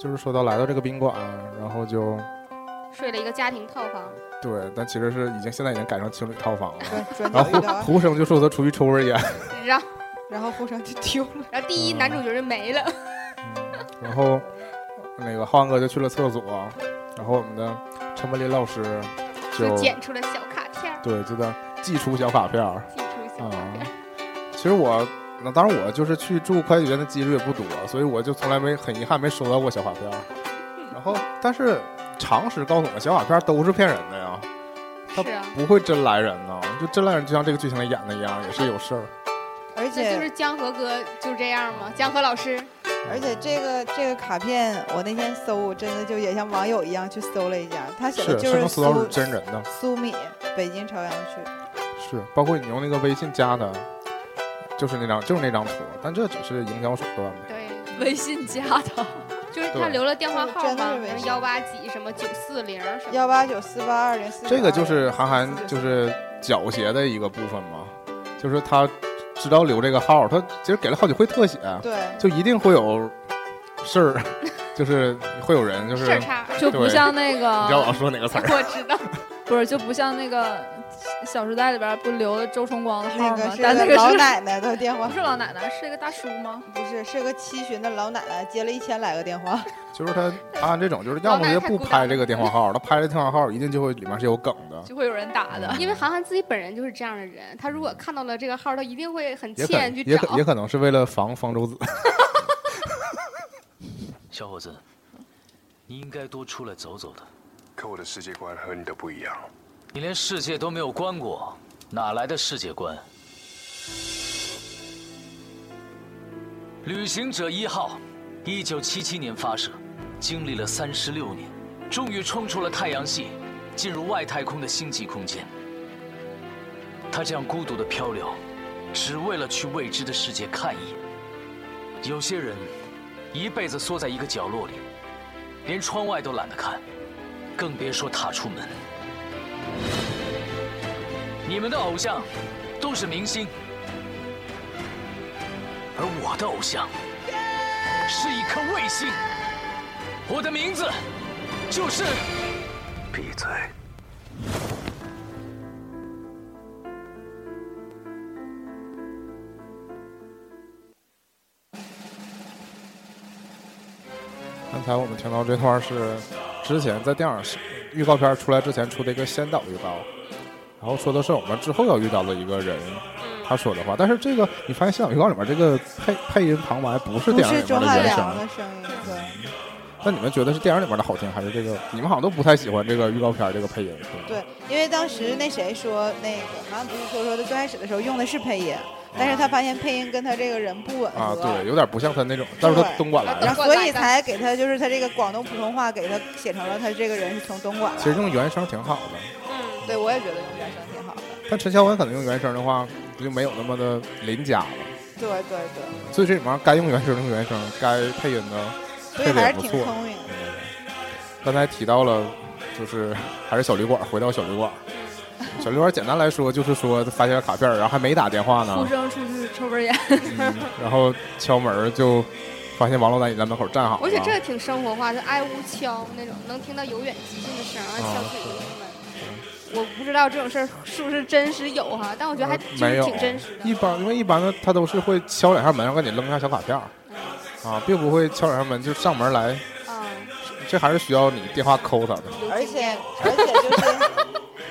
Speaker 1: 就是说到来到这个宾馆，然后就
Speaker 10: 睡了一个家庭套房，
Speaker 1: 对，但其实是已经现在已经改成情侣套房了。
Speaker 2: 转转
Speaker 1: 然
Speaker 2: 角遇
Speaker 1: 后
Speaker 2: 到啊，
Speaker 1: 胡胡生就说他出去抽根烟，
Speaker 10: 然后
Speaker 2: 然后互相就丢了。
Speaker 10: 然后第一男主角就没了。
Speaker 1: 然后那个浩瀚哥就去了厕所，然后我们的陈柏霖老师就
Speaker 10: 就捡出了小卡片儿，
Speaker 1: 对就在寄出小卡片儿
Speaker 10: 寄出
Speaker 2: 嗯
Speaker 10: 小
Speaker 1: 啊、
Speaker 10: 卡片儿。
Speaker 1: 其实我那当然我就是去住快捷的几率也不多，所以我就从来没很遗憾没收到过小卡 片儿。然后但是常识告诉我们，小卡片儿都是骗人的呀，他
Speaker 10: 是啊，
Speaker 1: 不会真来人呢。就真来人，就像这个剧情里演的一样，也是有事儿。
Speaker 2: 而
Speaker 10: 那就
Speaker 2: 且
Speaker 10: 是江河哥就这样吗？江河老师，
Speaker 2: 而且这个这个卡片，我那天搜，我真的就也像网友一样去搜了一下，他写的
Speaker 1: 是
Speaker 2: 就是
Speaker 1: 能搜到
Speaker 2: 苏
Speaker 1: 真人的，
Speaker 2: 苏米，北京朝阳区。
Speaker 1: 是包括你用那个微信加他，就是那张就是那张图，但这只是营销手段呗。
Speaker 10: 对，
Speaker 4: 微信加 他，
Speaker 10: 就是
Speaker 1: 对
Speaker 10: 他留了电话号
Speaker 2: 真的
Speaker 10: 码
Speaker 2: 是微，信
Speaker 10: 幺八几什么九四零什么
Speaker 2: 幺八九四八二零四，
Speaker 1: 这个就是韩寒就是狡黠的一个部分嘛，就是他知道留这个号，他其实给了好几回特写，
Speaker 2: 对，
Speaker 1: 就一定会有事儿，就是会有人就是
Speaker 10: 事儿差，
Speaker 4: 就不
Speaker 1: 对
Speaker 4: 像那
Speaker 1: 你知 道我要
Speaker 4: 个，
Speaker 1: 说哪个词儿？啊
Speaker 10: 我知道，
Speaker 4: 不是就不像那个《小时代》里边不留的周崇光的号
Speaker 2: 那
Speaker 4: 吗？
Speaker 2: 个是
Speaker 4: 但那
Speaker 2: 个
Speaker 4: 个
Speaker 2: 老
Speaker 4: 是
Speaker 2: 奶奶的电话
Speaker 4: 不，是老奶奶，是一个大叔吗？
Speaker 2: 不是是个七旬的老奶奶接了一千来个电话，
Speaker 1: 就是他他按这种，就是要么就不拍这个电话号，他拍这电话号一定就会里面是有梗的，
Speaker 4: 就会有人打的。
Speaker 10: 因为韩寒自己本人就是这样的人，他如果看到了这个号，他一定会很
Speaker 1: 也可
Speaker 10: 欠去
Speaker 1: 也可
Speaker 10: 找
Speaker 1: 也。可能是为了防方舟子。
Speaker 9: 小伙子，你应该多出来走走的。
Speaker 5: 可我的世界观和你的不一样。
Speaker 9: 你连世界都没有观过，哪来的世界观？旅行者一号，一九七七年发射，经历了三十六年，终于冲出了太阳系，进入外太空的星际空间。他这样孤独的漂流，只为了去未知的世界看一眼。有些人一辈子缩在一个角落里，连窗外都懒得看，更别说踏出门。你们的偶像都是明星，而我的偶像是一颗卫星。我的名字就是
Speaker 5: 闭嘴！
Speaker 1: 刚才我们听到这段是之前在电影预告片出来之前出的一个先导预告，然后说的是我们之后要遇到的一个人，他说的话。但是这个你发现先导预告里面这个配配音旁白不是
Speaker 2: 不
Speaker 1: 电影
Speaker 2: 是
Speaker 1: 里
Speaker 2: 钟
Speaker 1: 面
Speaker 2: 汉
Speaker 1: 的原
Speaker 2: 良
Speaker 1: 声，
Speaker 2: 的声音，对
Speaker 1: 那你们觉得是电影里面的好听，还是这个？你们好像都不太喜欢这个预告片这个配音，是吗？
Speaker 2: 对，因为当时那谁说那个好像不是说说他最开始的时候用的是配音，但是他发现配音跟他这个人不吻合，
Speaker 1: 啊，对，有点不像他那种，但是他东莞来
Speaker 2: 呃
Speaker 1: 的。
Speaker 2: 然后所以才给他就是他这个广东普通话给他写成了他这个人是从东莞来
Speaker 1: 其
Speaker 2: 的。
Speaker 1: 实用原声挺好的，
Speaker 10: 嗯，
Speaker 2: 对，我也觉得用原声挺好的。
Speaker 1: 但陈乔恩可能用原声的话，就没有那么的邻家了。
Speaker 2: 对对对，
Speaker 1: 所以这里面该用原声的用原声，该配音的
Speaker 2: 所以
Speaker 1: 配的也
Speaker 2: 还
Speaker 1: 不
Speaker 2: 是挺
Speaker 1: 错。
Speaker 2: 聪明的。
Speaker 1: 刚才提到了，就是 还是小旅馆，回到小旅馆。小旅馆简单来说就是说发现了卡片儿，然后还没打电话
Speaker 4: 出
Speaker 1: 呢，
Speaker 4: 声出去抽根烟，
Speaker 1: 嗯然后敲门儿就发现王珞丹已经在门口站好了。
Speaker 10: 而且这个挺生活化，就挨屋敲那种，能听到由远及近的声儿，然后敲自己的门。
Speaker 1: 哦
Speaker 10: 我不知道这种事儿是不是真实有哈，但我觉得还就
Speaker 1: 嗯呃没
Speaker 10: 是
Speaker 1: 有
Speaker 10: 挺真实的。
Speaker 1: 一般因为一般的他都是会敲两下门，然后给你扔一下小卡片儿，
Speaker 10: 嗯
Speaker 1: 啊，并不会敲两下门就上门来，
Speaker 10: 啊，
Speaker 1: 这还是需要你电话抠他的，
Speaker 2: 而且而且就是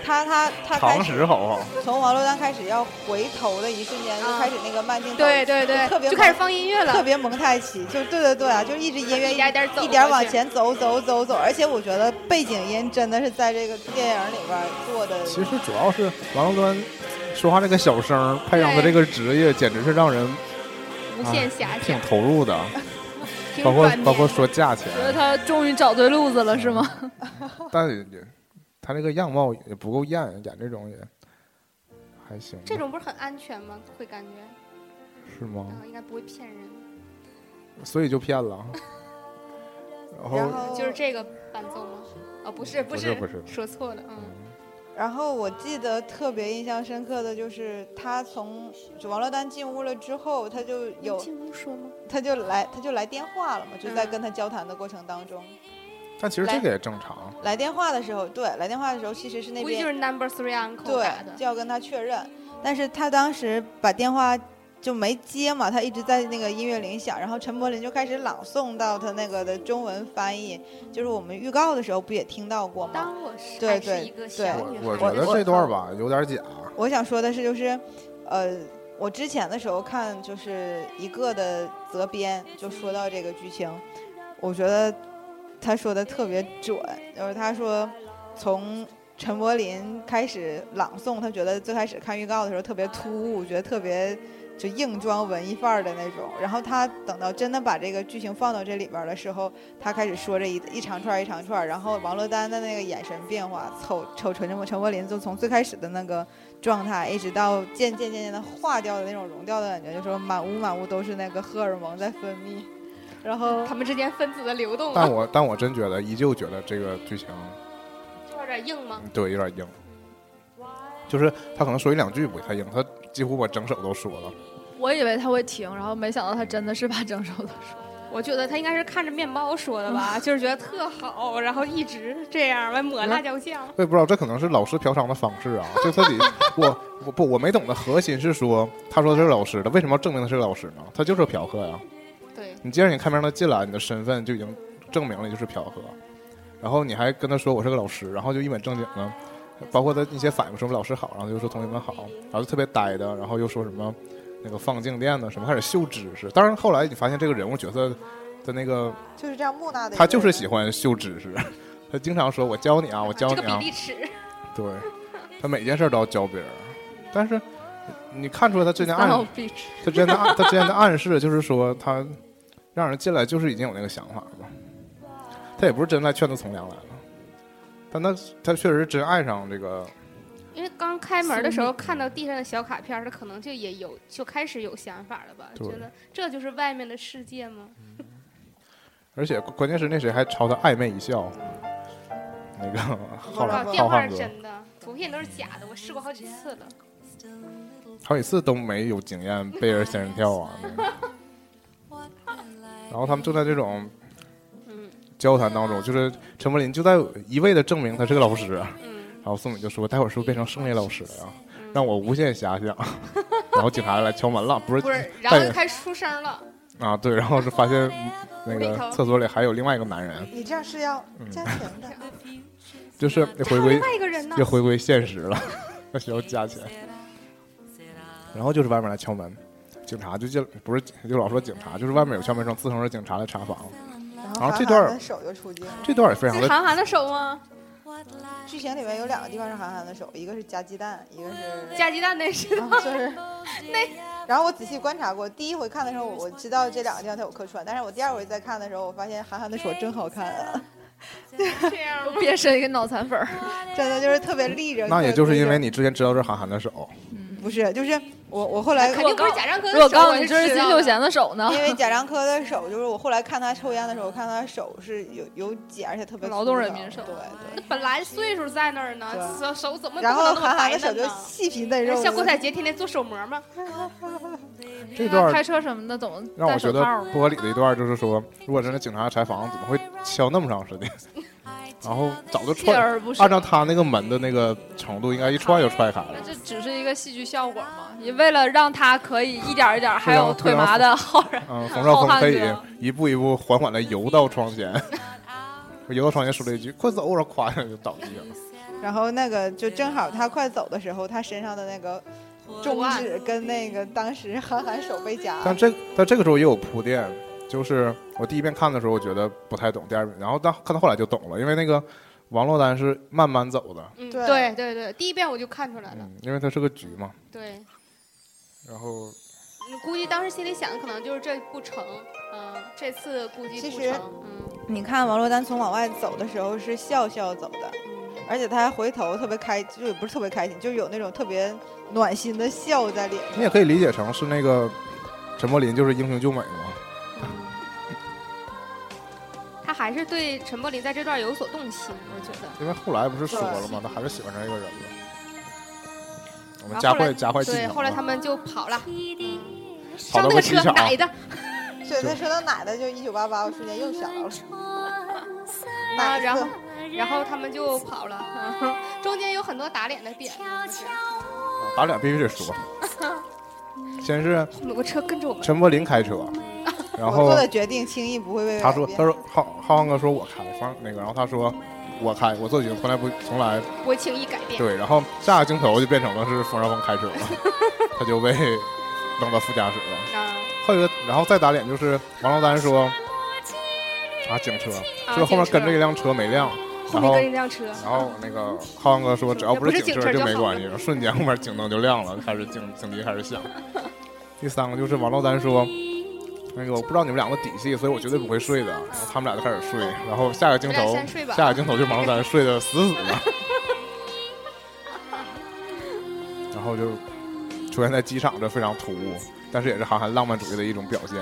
Speaker 2: 他他他开
Speaker 1: 常
Speaker 2: 始
Speaker 1: 识好不好？
Speaker 2: 从王珞丹开始要回头的一瞬间，就
Speaker 10: 啊
Speaker 2: 开始那个慢镜头，
Speaker 10: 对对
Speaker 2: 就特别
Speaker 10: 对，就开始放音乐
Speaker 2: 特
Speaker 10: 了，
Speaker 2: 别蒙太奇，就对对对啊，就一直音乐
Speaker 10: 一点点走
Speaker 2: 一点往
Speaker 10: 过去
Speaker 2: 前走走走走，而且我觉得背景音真的是在这个电影里边儿做的，
Speaker 1: 其实主要是王珞丹说话那个小声儿，配上他这个职业，简直是让人
Speaker 10: 无限遐
Speaker 1: 挺
Speaker 10: 想，
Speaker 1: 投入的，
Speaker 10: 挺
Speaker 1: 包括
Speaker 10: 软绵
Speaker 1: 包括说价钱
Speaker 4: 觉，得他终于找对路子了，是吗？
Speaker 1: 但也他这个样貌也不够艳，演这种也还行，
Speaker 10: 这种不是很安全吗？会感觉，
Speaker 1: 是吗？
Speaker 10: 呃然后应该不会骗人，
Speaker 1: 所以就骗 了。然后
Speaker 2: 然后
Speaker 10: 就是这个伴奏吗？哦，不是
Speaker 1: 不
Speaker 10: 是
Speaker 1: 不是，
Speaker 10: 说错了，嗯，
Speaker 2: 然后我记得特别印象深刻的就是他从就王珞丹进屋了之后，他就有
Speaker 10: 嗯进屋说吗？
Speaker 2: 他就来他就来电话了嘛，就在
Speaker 10: 嗯
Speaker 2: 跟他交谈的过程当中，
Speaker 1: 但其实这个也正常。
Speaker 2: 来电话的时候，对，来电话的时候其实是那
Speaker 10: 估计就
Speaker 2: 边
Speaker 10: 是 Number Three Uncle
Speaker 2: 对
Speaker 10: 打的
Speaker 2: 就。要跟他确认，但是他当时把电话就没接嘛，他一直在那个音乐铃响，然后陈柏霖就开始朗诵到他那个的中文翻译，就是我们预告的时候不也听到过吗？
Speaker 3: 当我是
Speaker 2: 对
Speaker 3: 还是
Speaker 2: 对
Speaker 3: 一个
Speaker 2: 对
Speaker 3: 小
Speaker 1: 我
Speaker 3: 女孩
Speaker 1: 我觉得
Speaker 3: 的时
Speaker 1: 这
Speaker 3: 候
Speaker 1: 段吧有点假，
Speaker 2: 我想说的是，就是，呃，我之前的时候看就是一个的责编就说到这个剧情，我觉得他说的特别准，就是他说从陈柏霖开始朗诵，他觉得最开始看预告的时候特别突兀，觉得特别。就硬装文艺范儿的那种。然后他等到真的把这个剧情放到这里边儿的时候，他开始说这一一长串儿一长串儿，然后王珞丹的那个眼神变化，瞅瞅陈陈陈柏霖，就从最开始的那个状态，一直到渐渐渐渐的化掉的那种融掉的感觉，就说满屋满屋都是那个荷尔蒙在分泌，然后
Speaker 10: 他们之间分子的流动啊。
Speaker 1: 但我但我真觉得，依旧觉得这个剧情
Speaker 10: 就有点硬吗？
Speaker 1: 对有点硬，就是他可能说一两句不太硬，他几乎把整首都说了。
Speaker 4: 我以为他会停，然后没想到他真的是把整首都说。
Speaker 10: 我觉得他应该是看着面包说的
Speaker 1: 嗯
Speaker 10: 吧，就是觉得特好，然后一直这样完抹辣椒酱。
Speaker 1: 我也不知道，这可能是老师嫖娼的方式啊！就他得我我不我没懂的核心是说，他说他是老师的，为什么要证明他是老师呢？他就是嫖客呀、
Speaker 10: 对，
Speaker 1: 你既然你开门让他进来，你的身份就已经证明了你就是嫖客，然后你还跟他说我是个老师，然后就一本正经的，包括他一些反应说我们老师好，然后就说同学们好，然后就特别呆的，然后又说什么那个放静电呢，什么开始秀知识。当然后来你发现这个人物角色的那个
Speaker 2: 就是这样木讷的一个人。
Speaker 1: 他就是喜欢秀知识，他经常说我教你啊，我教
Speaker 10: 这
Speaker 1: 你
Speaker 10: 个比
Speaker 1: 啊，
Speaker 10: 例尺，
Speaker 1: 对，他每件事儿都要教别人，但是你看出来他之前暗
Speaker 4: 然后 b
Speaker 1: 他之前的暗，他之前的暗示就是说，他让人进来就是已经有那个想法了嘛。他也不是真来劝他从良来了，但他他确实是真爱上这个。
Speaker 10: 因为刚开门的时候看到地上的小卡片儿，他可能就也有就开始有想法了吧？
Speaker 1: 对
Speaker 10: 觉得这就是外面的世界吗？
Speaker 1: 而且关键是那谁还朝他暧昧一笑，那个 浩
Speaker 10: 啊
Speaker 1: 然
Speaker 10: 电
Speaker 1: 浩
Speaker 10: 话
Speaker 1: 瀚
Speaker 10: 是
Speaker 1: 哥
Speaker 10: 真的，图片都是假的，我试过好几次了。
Speaker 1: 好几次都没有经验，被人仙人 跳啊。那个然后他们就在这种
Speaker 10: 嗯
Speaker 1: 交谈当中，就是陈柏霖就在一味的证明他是个老师，啊
Speaker 10: 嗯
Speaker 1: 然后宋美就说：“待会儿是不是变成声乐老师了呀？” 让我无限遐想。然后警察来敲门了，不是？
Speaker 10: 不是，然后
Speaker 1: 但
Speaker 10: 就
Speaker 1: 也
Speaker 10: 开始出声了。
Speaker 1: 啊，对，然后就发 现嗯那
Speaker 10: 里头
Speaker 1: 个厕所里还有另外一个男人，
Speaker 2: 你这样是要加钱的。
Speaker 10: 嗯
Speaker 1: 就是回归
Speaker 10: 另外一个人呢
Speaker 1: 又回归现实了， 那需要加钱。然后就是外面来敲门，警察就进，不是就老说警察，就是外面有敲门声，自称是警察来查房。然后这段
Speaker 2: 韩寒
Speaker 1: 儿
Speaker 2: 的手就出镜了。
Speaker 1: 这段儿也非常
Speaker 10: 是韩
Speaker 1: 的，
Speaker 10: 寒的手吗？
Speaker 2: 剧情里面有两个地方是韩寒的手，一个是夹鸡蛋，一个是
Speaker 10: 加鸡蛋那是
Speaker 2: 然后 就是那。然后我仔细观察过，第一回看的时候我知道这两个地方它有客串，但是我第二回再看的时候，我发现韩寒的手真好看啊，
Speaker 10: 这样吗？
Speaker 4: 变身一个脑残 粉儿。
Speaker 2: 真的就是特别立着。
Speaker 1: 那也就是因为
Speaker 2: 你
Speaker 1: 你之前知道这是韩寒的手，
Speaker 2: 不是，就是我我后来
Speaker 10: 肯定不是贾樟柯的
Speaker 4: 如
Speaker 10: 手，
Speaker 4: 果告诉你
Speaker 10: 是
Speaker 4: 这是
Speaker 10: 知
Speaker 4: 金
Speaker 10: 道
Speaker 4: 秀
Speaker 10: 的
Speaker 4: 贤的手呢？
Speaker 2: 因为贾樟柯的手，就是我后来看他抽烟的时候，我看他手是有有茧，而且特别
Speaker 4: 劳动
Speaker 2: 粗
Speaker 4: 人
Speaker 2: 糙
Speaker 4: 民手
Speaker 2: 对对。
Speaker 10: 本来岁数在那儿呢，
Speaker 2: 对
Speaker 10: 手手怎么
Speaker 2: 然后
Speaker 10: 不能那么
Speaker 2: 韩寒
Speaker 10: 白
Speaker 2: 的手
Speaker 10: 嫩
Speaker 2: 就
Speaker 10: 呢？
Speaker 2: 细皮嫩肉的，
Speaker 10: 像郭采洁天天做手膜吗？
Speaker 1: 这段
Speaker 4: 开
Speaker 1: 儿
Speaker 4: 车什么的总
Speaker 1: 让
Speaker 4: 戴
Speaker 1: 我
Speaker 4: 手
Speaker 1: 觉
Speaker 4: 套
Speaker 1: 得
Speaker 4: 吗？
Speaker 1: 不合理的一段儿就是说，如果真的警察查房，怎么会敲那么长时间？ 然啊后早就
Speaker 4: 锲
Speaker 1: 踹，
Speaker 4: 而不舍
Speaker 1: 按照他那个门的那个程度，应该一踹就踹开了。
Speaker 4: 这只是一个戏剧效果嘛，也为了让他可以一点儿一点儿，还有
Speaker 1: 非
Speaker 4: 腿
Speaker 1: 常
Speaker 4: 麻的浩然，
Speaker 1: 嗯，冯绍峰可以
Speaker 4: 浩瀚哥
Speaker 1: 一步一步缓缓的游到窗 前，游到窗前说了一句“快走”，然后咵一下就倒地 了。
Speaker 2: 然后那个就正好他快走的时候，他身上的那个中指跟那个当时韩寒手被夹，
Speaker 1: 但这但这个时候也有铺垫，就是我第一遍看的时候我觉得不太懂，第二遍，然后到看到后来就懂了，因为那个王珞丹是慢慢走的，
Speaker 10: 嗯，
Speaker 2: 对
Speaker 10: 对对对，第一遍我就看出来了。
Speaker 1: 嗯，因为它是个局嘛，
Speaker 10: 对，
Speaker 1: 然后
Speaker 10: 你估计当时心里想的可能就是这不成，嗯，这次估计
Speaker 2: 其
Speaker 10: 不
Speaker 2: 实
Speaker 10: 成，嗯
Speaker 2: 你看王珞丹从往外走的时候是笑笑走的，
Speaker 10: 嗯，
Speaker 2: 而且他还回头特别开，就也不是特别开心，就有那种特别暖心的笑在脸上。
Speaker 1: 你也可以理解成是那个陈柏霖就是英雄救美嘛，
Speaker 10: 他还是对陈柏霖在这段有所动心，我觉得。
Speaker 1: 因为后来不是说了吗？他还是喜欢上一个人了。我们加
Speaker 10: 然后后
Speaker 1: 快
Speaker 10: 来
Speaker 1: 加快进
Speaker 10: 对，
Speaker 1: 程
Speaker 10: 后来他
Speaker 1: 了，
Speaker 10: 们就跑了，
Speaker 1: 跑到
Speaker 10: 上那
Speaker 1: 个
Speaker 10: 个
Speaker 1: 机
Speaker 10: 车
Speaker 1: 场，
Speaker 10: 奶的，
Speaker 2: 对，他说到奶奶就一九八八，我瞬间又想 到了
Speaker 10: 啊，
Speaker 2: 奶
Speaker 10: 然后
Speaker 2: 子
Speaker 10: 然后他们就跑了， 嗯中间有很多打脸的点，
Speaker 1: 打脸必须得说， 先是。
Speaker 10: 有个车跟着我们，
Speaker 1: 陈柏霖开 车，然
Speaker 2: 我做
Speaker 1: 后
Speaker 2: 的决定轻易不会被
Speaker 1: 他
Speaker 2: 改
Speaker 1: 说
Speaker 2: 变
Speaker 1: 他说浩浩瀚哥说我开，方那个，然后他说我开，我做决定从来不从来
Speaker 10: 不会轻易改变。
Speaker 1: 对，然后下个镜头就变成了是冯绍峰开车了，他就被扔到副驾驶了。
Speaker 10: 啊，
Speaker 1: 后一个，然后再打脸就是王珞丹说啊警车，
Speaker 10: 啊
Speaker 1: 说后面
Speaker 10: 警车
Speaker 1: 跟着一辆车没亮，
Speaker 10: 后
Speaker 1: 然
Speaker 10: 面
Speaker 1: 后
Speaker 10: 跟一辆车，
Speaker 1: 然后那个浩瀚哥说只要
Speaker 10: 要
Speaker 1: 不
Speaker 10: 不
Speaker 1: 是
Speaker 10: 是
Speaker 1: 警
Speaker 10: 警
Speaker 1: 车
Speaker 10: 车
Speaker 1: 就
Speaker 10: 就
Speaker 1: 没
Speaker 10: 好
Speaker 1: 关系
Speaker 10: 了
Speaker 1: 了，瞬间后面警灯就亮了，开始警警笛开始响。第三个就是王珞丹说，那个我不知道你们两个底细，所以我绝对不会睡的。然后他们俩就开始睡，然后下个镜
Speaker 2: 我们
Speaker 1: 头
Speaker 2: 俩先睡，吧
Speaker 1: 下个镜头就是王珞丹睡得死死的，然后就出现在机场，这非常突兀，但是也是韩寒浪漫主义的一种表现，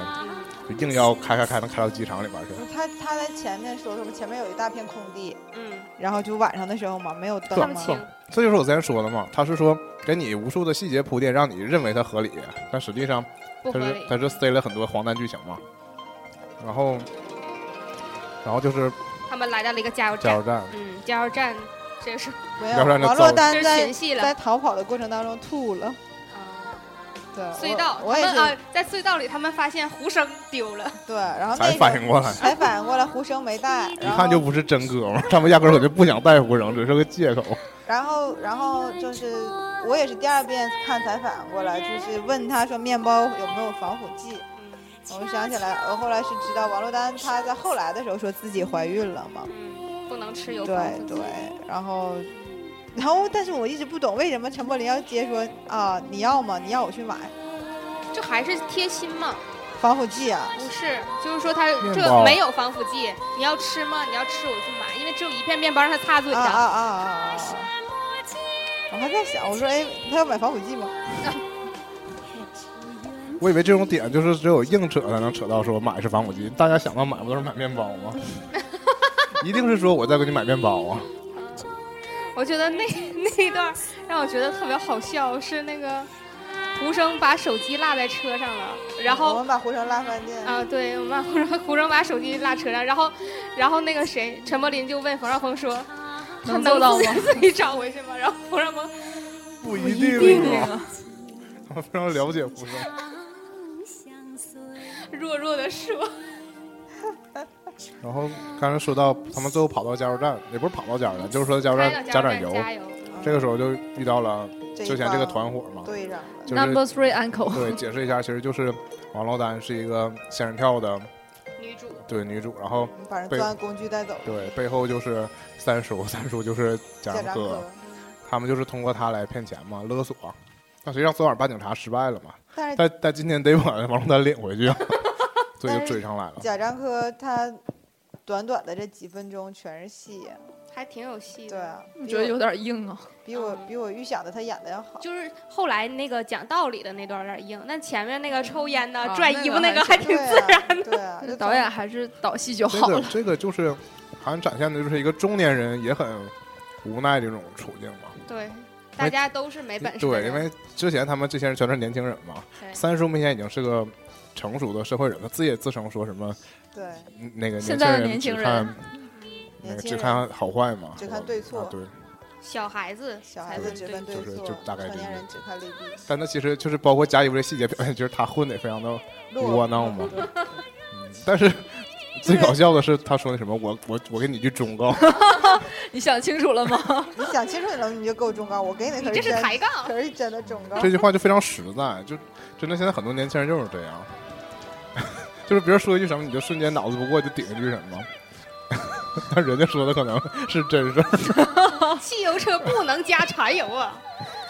Speaker 1: 就硬要开开开能开到机场里边去。
Speaker 2: 他他在前面说什么？前面有一大片空地，
Speaker 10: 嗯，
Speaker 2: 然后就晚上的时候嘛，没有灯
Speaker 1: 对
Speaker 2: 嘛，，
Speaker 1: 这就是我之前说的嘛，他是说给你无数的细节铺垫，让你认为它合理，但实际上
Speaker 2: 不
Speaker 1: 它
Speaker 2: 合
Speaker 1: 是
Speaker 2: 理
Speaker 1: 它是塞了很多荒诞剧情嘛。然后，然后就是
Speaker 10: 他们来到了一个加油
Speaker 1: 加
Speaker 10: 站，
Speaker 1: 油站，
Speaker 10: 嗯，加油站，这是
Speaker 2: 没
Speaker 1: 要不然
Speaker 2: 有。
Speaker 1: 就
Speaker 2: 王
Speaker 1: 糟
Speaker 2: 珞
Speaker 1: 了
Speaker 2: 丹
Speaker 10: 这是
Speaker 2: 在
Speaker 10: 群戏了啊
Speaker 2: 在逃跑的过程当中吐了，对，
Speaker 10: 隧道，
Speaker 2: 我我也
Speaker 10: 他
Speaker 2: 是
Speaker 10: 们啊，在隧道里他们发现胡生丢了，
Speaker 2: 对，然后
Speaker 1: 才
Speaker 2: 那个
Speaker 1: 反应过来
Speaker 2: 才反应过来，呼声没带，
Speaker 1: 一
Speaker 2: 然后
Speaker 1: 看就不是真哥们儿，他们压根儿我就不想带胡绳，只是个借口。
Speaker 2: 然后，然后就是我也是第二遍看才反应过来，就是问他说面包有没有防腐剂。
Speaker 1: 嗯
Speaker 2: 我想起来，我后来是知道王珞丹她在后来的时候说自己怀孕了嘛，
Speaker 10: 嗯不能吃油
Speaker 2: 对
Speaker 10: 包子
Speaker 2: 对，然后，然后但是我一直不懂为什么陈柏霖要接说啊你要吗？你要我去买
Speaker 10: 这还是贴心嘛？
Speaker 2: 防腐剂啊？
Speaker 10: 不是，就是说他
Speaker 2: 面
Speaker 10: 这
Speaker 2: 包
Speaker 10: 没有防腐剂，你要吃吗？你要吃我去买，因为只有一片面包让他擦嘴
Speaker 2: 啊
Speaker 10: 上。
Speaker 2: 啊啊啊啊！我还在想，我说哎，他要买防腐剂吗？
Speaker 1: 我以为这种点就是只有硬扯才能扯到说买是防腐剂，大家想到买不都是买面包 吗？一定是说我在给你买面包啊，
Speaker 10: 我觉得那那一段让我觉得特别好笑，是那个胡生把手机落在车上了，然
Speaker 2: 我
Speaker 10: 后
Speaker 2: 们把胡成拉饭店，
Speaker 10: 啊，对，我们把胡生胡生把手机落车上，然后然后那个谁，陈柏霖就问冯绍峰说，他
Speaker 4: 能做到吗
Speaker 10: 自己自己找回去吗？然后冯绍峰
Speaker 1: 不一定啊。他 们非常了解胡生。
Speaker 10: 弱弱的说，
Speaker 1: 然后刚才说到他们最后跑到加油站，也不是跑到加油站，就是说加油
Speaker 10: 开
Speaker 1: 站
Speaker 10: 到
Speaker 1: 加
Speaker 10: 加油
Speaker 1: 点
Speaker 10: 站
Speaker 1: 油
Speaker 10: 加油。
Speaker 1: 这个时候就遇到了
Speaker 2: 这一
Speaker 1: 之前这个
Speaker 2: 帮
Speaker 1: 团伙嘛，
Speaker 2: 对上了
Speaker 1: 就是
Speaker 4: Number three uncle
Speaker 1: 对，解释一下，其实就是王珞丹是一个仙人跳的
Speaker 10: 女主，
Speaker 1: 对女主，然后
Speaker 2: 把人
Speaker 1: 被
Speaker 2: 作案工具带走了。
Speaker 1: 对背后就是三叔， 三叔就是贾
Speaker 2: 贾
Speaker 1: 樟
Speaker 2: 樟
Speaker 1: 柯
Speaker 2: 柯，哎
Speaker 1: 他们就是通过他来骗钱嘛，勒索。但实际上昨晚办警察失败了嘛，
Speaker 2: 但是
Speaker 1: 但但今天得把王珞丹领回去 啊，所以
Speaker 2: 但
Speaker 1: 就是追上来了。
Speaker 2: 贾樟柯他短短的这几分钟全是戏，
Speaker 10: 还挺有戏
Speaker 2: 对啊，
Speaker 4: 我觉得有点硬啊。
Speaker 2: 比我比我预想的他演的要好。
Speaker 10: 就是后来那个讲道理的那段有点硬，但前面那个抽烟的、
Speaker 4: 啊
Speaker 10: 拽
Speaker 4: 那
Speaker 10: 衣
Speaker 4: 个
Speaker 10: 服那
Speaker 4: 还
Speaker 10: 个
Speaker 4: 是
Speaker 10: 还挺自然的。
Speaker 2: 对啊，就
Speaker 4: 导演还是导戏就
Speaker 1: 这
Speaker 4: 好
Speaker 1: 个
Speaker 4: 了。
Speaker 1: 这个就是，好像展现的就是一个中年人也很无奈这种处境嘛。
Speaker 10: 对，大家都是没哎本事的
Speaker 1: 对，
Speaker 10: 人。
Speaker 1: 因为之前他们这些人全是年轻人嘛
Speaker 10: 对，
Speaker 1: 三叔明显已经是个成熟的社会人，他自己也自称说什么
Speaker 2: 对，
Speaker 1: 嗯那个
Speaker 4: 现在的
Speaker 1: 年轻
Speaker 4: 年轻
Speaker 1: 只
Speaker 4: 人
Speaker 1: 看那
Speaker 2: 年
Speaker 1: 个
Speaker 2: 轻
Speaker 1: 只
Speaker 2: 人
Speaker 1: 看好坏嘛，
Speaker 2: 只
Speaker 1: 是
Speaker 2: 看
Speaker 1: 吧
Speaker 2: 对错
Speaker 1: 啊对，
Speaker 10: 小孩子，
Speaker 2: 小孩子只分对
Speaker 1: 就是
Speaker 2: 错，
Speaker 1: 就大概
Speaker 2: 成
Speaker 1: 这
Speaker 2: 年
Speaker 1: 个
Speaker 2: 人只看利弊，
Speaker 1: 但他其实就是包括贾一夫这细节表现，就是他混的也非常的
Speaker 2: 落
Speaker 1: 窝囊嘛。
Speaker 2: 对
Speaker 1: 但是最搞笑的是他说那什么，我我我给你一句忠告，
Speaker 4: 你想清楚了吗？
Speaker 2: 你想清楚了，你就够忠告。我给你的可
Speaker 10: 这
Speaker 2: 是
Speaker 10: 是
Speaker 2: 真，
Speaker 10: 抬杠。
Speaker 2: 可是真的忠告。
Speaker 1: 这句话就非常实在，就真的现在很多年轻人就是这样， 就是别人说一句什么，你就瞬间脑子不过就顶一句什么， 但人家说的可能是真事儿，
Speaker 10: 汽油车不能加柴油啊！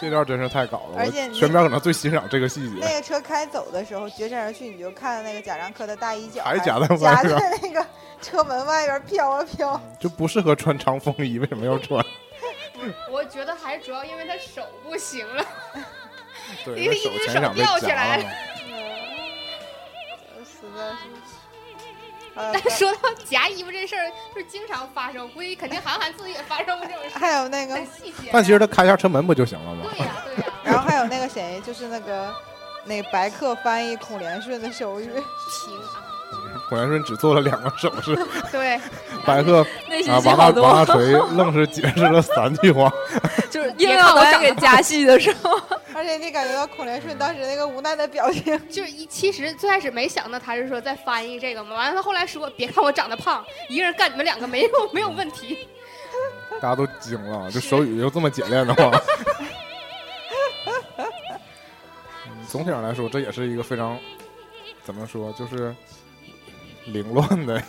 Speaker 1: 这段真是太搞了，
Speaker 2: 而
Speaker 1: 我
Speaker 2: 且你
Speaker 1: 全片可能最欣赏这个细节
Speaker 2: 那。个车开走的时候，绝尘而去，你就看那个贾樟柯的大衣角
Speaker 1: 还夹
Speaker 2: 夹
Speaker 1: 在外边
Speaker 2: 在那个车门外边飘啊飘。
Speaker 1: 就不适合穿长风衣，为什么要 穿？
Speaker 10: 我觉得还是主要因为他手不行 了，
Speaker 1: 对，
Speaker 10: 一个
Speaker 1: 那手
Speaker 10: 一只
Speaker 1: 前
Speaker 10: 手
Speaker 1: 掌被
Speaker 10: 吊起
Speaker 1: 夹
Speaker 10: 来
Speaker 1: 了。
Speaker 2: 实在是，呃
Speaker 10: 但，说到夹衣服这事儿，就是经常发生，估计肯定韩寒自己也发生过这种 事，
Speaker 2: 还有那个
Speaker 10: 很细节。
Speaker 1: 但其实他开一下车门不就行了吗？
Speaker 10: 对呀对 呀，
Speaker 2: 然后还有那个谁，就是那个那个白客翻译孔连顺的手语，
Speaker 10: 平啊，
Speaker 1: 孔元顺只做了两个手势，
Speaker 10: 对，
Speaker 1: 白 鹤
Speaker 4: 内心
Speaker 1: 啊
Speaker 4: 戏
Speaker 1: 王
Speaker 4: 好
Speaker 1: 大王
Speaker 4: 多，
Speaker 1: 大锤愣是解释了三句话，
Speaker 4: 就是硬要导演给加戏的时候，
Speaker 2: 而且你感觉到孔连顺当时那个无奈的表情，
Speaker 10: 就是一其实最开始没想到他是说在翻译这个嘛，完了他后来说别看我长得胖，一个人干你们两个没有没有问题。
Speaker 1: 大家都惊了，就手语就这么简练的话。 嗯总体上来说，这也是一个非常怎么说，就是凌乱的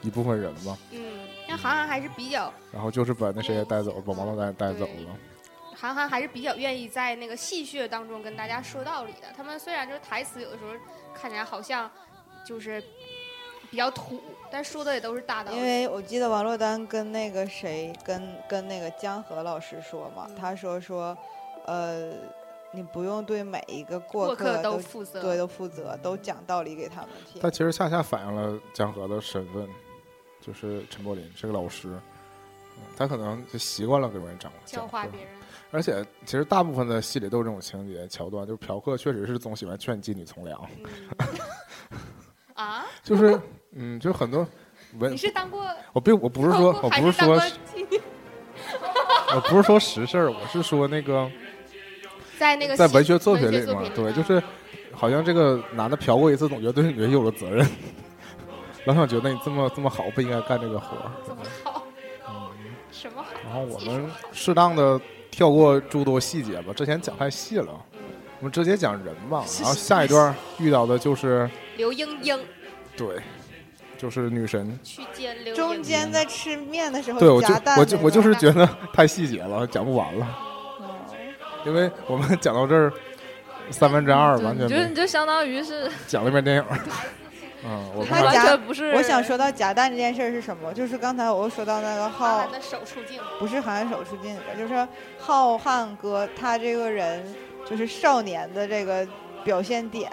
Speaker 1: 一部分人吧。
Speaker 10: 嗯，那韩寒还是比较
Speaker 1: 然后就是把那谁也带走，把王珞丹也带走了。
Speaker 10: 韩寒还是比较愿意在那个戏谑当中跟大家说道理的。他们虽然就是台词有的时候看起来好像就是比较土，但说的也都是大道
Speaker 2: 嗯
Speaker 10: 理。
Speaker 2: 因为我记得王珞丹跟那个谁，跟跟那个江河老师说嘛，他说说，呃，你不用对每一个
Speaker 10: 过
Speaker 2: 客
Speaker 10: 客
Speaker 2: 都
Speaker 10: 都负责
Speaker 2: 对，都负责，都讲道理给他们听。
Speaker 1: 但其实恰恰反映了江河的身份，就是陈柏霖是个老师，嗯他可能就习惯了给人掌握
Speaker 10: 教化别人。
Speaker 1: 而且其实大部分的戏里都有这种情节桥段，就是嫖客确实是总喜欢劝妓女从良，
Speaker 10: 啊，
Speaker 1: 就是嗯，就很多文
Speaker 10: 你，是当过哦
Speaker 1: 我并我 不是说我
Speaker 10: 还
Speaker 1: 不是
Speaker 10: 当
Speaker 1: 说
Speaker 10: 过 妓女
Speaker 1: 我不是说实事儿，我是说那个
Speaker 10: 在那个
Speaker 1: 在
Speaker 10: 戏
Speaker 1: 文学作品
Speaker 10: 文
Speaker 1: 里
Speaker 10: 作
Speaker 1: 嘛，
Speaker 10: 啊
Speaker 1: 对，就是好像这个男的嫖过一次，总觉得对女的有了责任，老想觉得你这么这么好不应该干这个活儿。
Speaker 10: 什么好？
Speaker 1: 然后我们适当的跳过诸多细节吧，之前讲太细了，我们直接讲人吧。然后下一段遇到的就是
Speaker 10: 刘英英
Speaker 1: 对，就是女神。
Speaker 10: 去见刘英英
Speaker 2: 中间在吃面的时候
Speaker 1: 嗯对，我就
Speaker 2: 夹蛋
Speaker 1: 我就
Speaker 2: 那
Speaker 1: 我就
Speaker 2: 段
Speaker 1: 是觉得太细节了，讲不完了，因为我们讲到这儿三分之二完
Speaker 4: 你
Speaker 1: 全
Speaker 4: 就你
Speaker 1: 没
Speaker 4: 就相当于是
Speaker 1: 讲了一遍电影儿。嗯，我
Speaker 2: 他
Speaker 1: 怕
Speaker 2: 夹
Speaker 4: 不是
Speaker 2: 我想说到夹蛋这件事儿是什么？就是刚才我又说到那个
Speaker 10: 韩
Speaker 2: 浩
Speaker 10: 寒，的手出镜，
Speaker 2: 不是韩寒手出禁止，就是浩瀚哥他这个人就是少年的这个表现点，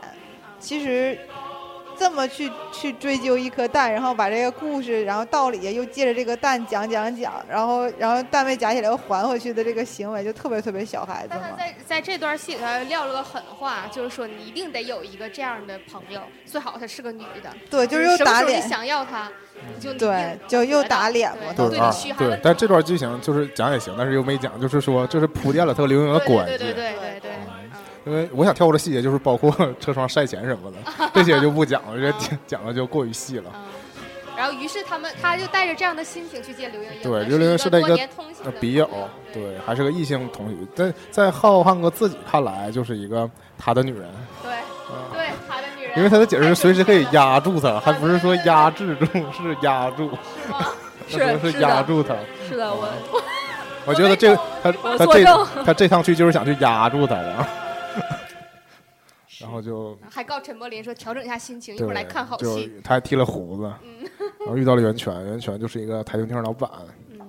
Speaker 2: 其实。这么去去追究一颗蛋，然后把这个故事，然后道理又借着这个蛋讲讲讲，然后然后蛋被夹起来又还回去的这个行为，就特别特别小孩子
Speaker 10: 但他
Speaker 2: 嘛。
Speaker 10: 在在这段戏里他撂了个狠话，就是说你一定得有一个这样的朋友，最好她是个女的。
Speaker 2: 对 就是又
Speaker 10: 什么时候
Speaker 2: 打脸
Speaker 10: 你想要她，你就
Speaker 2: 对，就又打脸嘛。
Speaker 10: 对
Speaker 1: 对
Speaker 10: 你
Speaker 1: 啊
Speaker 10: 嘘，寒
Speaker 1: 对
Speaker 10: 问，
Speaker 1: 但这段剧情就是讲也行，但是又没讲，就是说这是铺垫了他和刘英英的
Speaker 10: 对
Speaker 1: 关系。
Speaker 10: 对对对对对，
Speaker 1: 因为我想跳过的细节就是包括 车窗晒钱什么的，这些就不讲了，这讲 讲的就过于细了。
Speaker 10: 然后于是他们他就带着这样的心情去见刘英英，
Speaker 1: 对，
Speaker 10: 而
Speaker 1: 刘玲
Speaker 10: 一
Speaker 1: 是他一
Speaker 10: 多
Speaker 1: 个
Speaker 10: 年通信
Speaker 1: 呃
Speaker 10: 的
Speaker 1: 笔友，对，还是个异性同学，在在浩瀚哥自己看来就是一个他的女人，
Speaker 10: 对对他的女人，
Speaker 1: 因为他的解释是随时可以压住她，还不是说压制住，是压住，
Speaker 4: 是
Speaker 1: 那不
Speaker 4: 是
Speaker 1: 是
Speaker 4: 的
Speaker 1: 压住她。
Speaker 4: 是的，我
Speaker 1: 我觉得这个他
Speaker 4: 我
Speaker 1: 他
Speaker 4: 作
Speaker 1: 这
Speaker 4: 证
Speaker 1: 他这趟去就是想去压住他的，然后就
Speaker 10: 嗯还告陈柏霖说调整一下心情，一
Speaker 1: 对
Speaker 10: 会儿来看好
Speaker 1: 就
Speaker 10: 戏。
Speaker 1: 他还剃了胡子，然后遇到了袁泉，袁泉就是一个台球厅老板，
Speaker 10: 嗯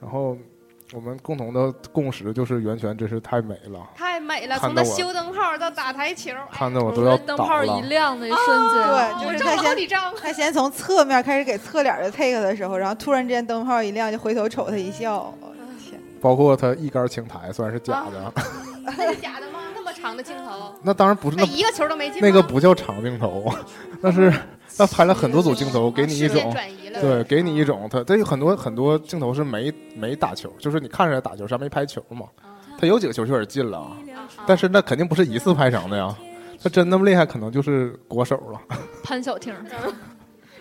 Speaker 1: 然后我们共同的共识就是袁泉真是太美了，
Speaker 10: 太美了，
Speaker 1: 看
Speaker 10: 从他
Speaker 1: 得我
Speaker 10: 修灯泡到打台球，
Speaker 1: 看得我都要
Speaker 4: 灯
Speaker 1: 倒
Speaker 4: 泡一
Speaker 1: 了。
Speaker 4: 亮的一瞬间，
Speaker 10: 啊
Speaker 2: 对，就是他
Speaker 10: 李
Speaker 2: 先
Speaker 10: 章
Speaker 2: 他先从侧面开始给侧脸的 take 的时候，然后突然之间灯泡一亮，就回头瞅他一笑，我的天，
Speaker 10: 嗯
Speaker 1: 包括他一杆青苔虽然是假的，
Speaker 10: 那是假的吗？ 那么长的镜头，
Speaker 1: 那当然不是
Speaker 10: 那
Speaker 1: 那
Speaker 10: 一个球都没进吗。
Speaker 1: 那个不叫长镜头，那是他拍了很多组镜头，给你一
Speaker 10: 视线
Speaker 1: 种
Speaker 10: 转移了
Speaker 1: 对，给你一
Speaker 4: 嗯
Speaker 1: 种他他有很多很多镜头是没没打球，就是你看着打球，是还没拍球嘛。
Speaker 4: 嗯
Speaker 1: 他有几个球确实进了，啊但是那肯定不是一次拍成的呀。
Speaker 4: 嗯
Speaker 1: 他真那么厉害，可能就是国手 了。
Speaker 4: 潘晓婷，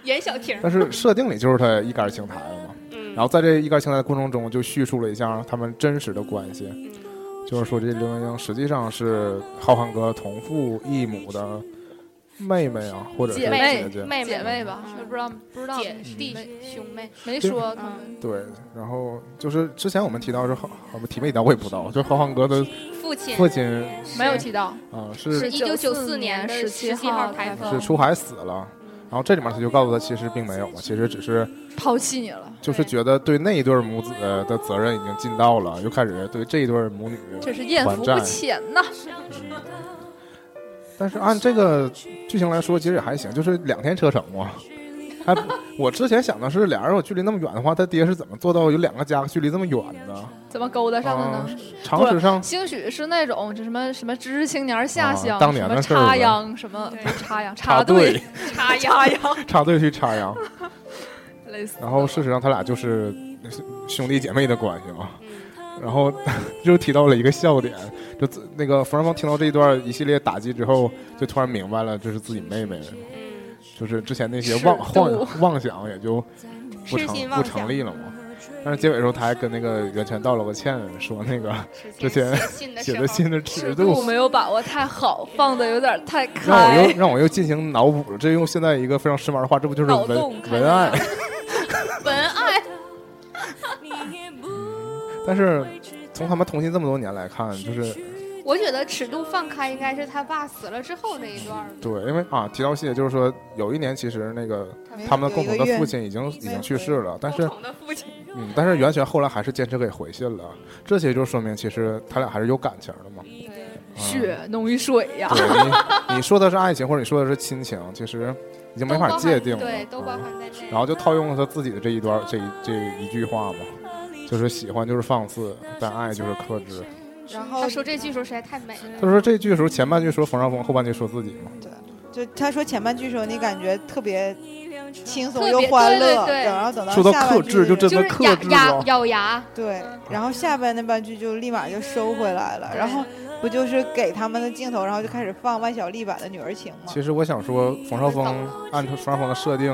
Speaker 10: 严小婷
Speaker 1: 但是设定里就是他一杆青苔了嘛。
Speaker 4: 嗯
Speaker 1: 然后在这一杆青苔的过程中，就叙述了一下他们真实的关系，
Speaker 4: 嗯
Speaker 1: 就是说这刘英英实际上是浩瀚哥同父异母的妹妹啊，或者是
Speaker 4: 嗯姐
Speaker 1: 姐
Speaker 4: 妹嗯
Speaker 1: 姐。嗯
Speaker 10: 妹
Speaker 4: 姐妹吧，
Speaker 10: 嗯
Speaker 4: 是不知道不知道
Speaker 10: 姐
Speaker 4: 没
Speaker 10: 弟兄妹，
Speaker 4: 没
Speaker 1: 对
Speaker 10: 嗯
Speaker 4: 说嗯他们
Speaker 1: 对，然后就是之前我们提到是浩，我们提没提到我也不知道，就是浩瀚哥的
Speaker 10: 父亲
Speaker 1: 父亲
Speaker 4: 没有提到，
Speaker 1: 啊、是
Speaker 10: 一九九四年
Speaker 4: 十
Speaker 10: 七
Speaker 4: 七
Speaker 10: 号
Speaker 4: 开
Speaker 10: 开
Speaker 4: 封
Speaker 1: 是出海死了，然后这里面他就告诉他其实并没有嘛，其实只是
Speaker 4: 抛弃你了，
Speaker 1: 就是觉得对那一对母子的责任已经尽到了，又开始对这一对母女
Speaker 4: 这是艳
Speaker 1: 还
Speaker 4: 福
Speaker 1: 债
Speaker 4: 不。浅呐。
Speaker 1: 但是按这个剧情来说，其实也还行，就是两天车程嘛。还我之前想的是，俩人有距离那么远的话，他爹是怎么做到有两个家距离这么远的？
Speaker 4: 怎么勾搭上的呢
Speaker 1: 啊？常识上
Speaker 4: 不兴许是那种就什么什么知识青年下乡，
Speaker 1: 啊当年的
Speaker 4: 什
Speaker 1: 事儿
Speaker 4: 么
Speaker 1: 了
Speaker 4: 插秧，什么不是插秧，
Speaker 1: 插
Speaker 4: 队
Speaker 1: 队，
Speaker 4: 插秧，
Speaker 1: 插队去插秧。
Speaker 4: 类似。
Speaker 1: 然后事实上他俩就是兄弟姐妹的关系嘛。
Speaker 10: 嗯
Speaker 1: 然后就提到了一个笑点，就自那个冯绍峰听到这一段一系列打击之后，就突然明白了这是自己妹妹，
Speaker 10: 嗯
Speaker 1: 就是之前那些妄
Speaker 4: 尺度
Speaker 1: 妄妄想也就不
Speaker 10: 痴心
Speaker 1: 成
Speaker 10: 妄
Speaker 1: 不
Speaker 10: 想
Speaker 1: 成立了嘛。但是结尾的时候，他还跟那个袁泉道了个歉，说那个之前写的信的尺
Speaker 4: 我
Speaker 1: 度，
Speaker 4: 没有把握太好，放的有点太
Speaker 1: 让我啊
Speaker 4: 开
Speaker 1: 又。让我又进行脑补了。这用现在一个非常时髦的话，这不就是
Speaker 4: 脑
Speaker 1: 文
Speaker 4: 洞开
Speaker 1: 文 案？
Speaker 4: 文案
Speaker 1: 但是从他们同心这么多年来看，就是
Speaker 10: 我觉得尺度放开应该是他爸死了之后那一段儿。
Speaker 1: 对，因为啊，提到戏就是说，有一年其实那个他们共同的父亲已经已经去世了，但是嗯，但是袁泉后来还是坚持给回信了，这些就说明其实他俩还是有感情的嘛。
Speaker 4: 血浓于水呀。
Speaker 1: 对你，你说的是爱情，或者你说的是亲情，其实已经没法界定了。
Speaker 10: 对，都包含在内。
Speaker 1: 然后就套用了他自己的这一段这一这一句话嘛，就是喜欢就是放肆，但爱就是克制。
Speaker 2: 然后
Speaker 10: 嗯他说这句时候实在太美了。
Speaker 1: 他说这句的时候，前半句说冯绍峰，后半句说自己嘛。
Speaker 2: 就他说前半句时候，你感觉特别轻松
Speaker 10: 特
Speaker 2: 又
Speaker 10: 别
Speaker 2: 欢
Speaker 10: 对对
Speaker 2: 乐，
Speaker 10: 对
Speaker 2: 然后等到
Speaker 1: 说到
Speaker 2: 下
Speaker 1: 克
Speaker 2: 半
Speaker 1: 制就
Speaker 2: 句
Speaker 1: 嗯真
Speaker 10: 就
Speaker 1: 的
Speaker 10: 是
Speaker 1: 克
Speaker 10: 咬
Speaker 1: 制
Speaker 10: 牙
Speaker 1: 了。
Speaker 10: 咬牙，
Speaker 2: 对，然后下半那半句就立马就收回来了，然后不就是给他们的镜头，然后就开始放万晓利版的《女儿情》吗？
Speaker 1: 其实我想说，冯绍峰按照冯绍峰的设定，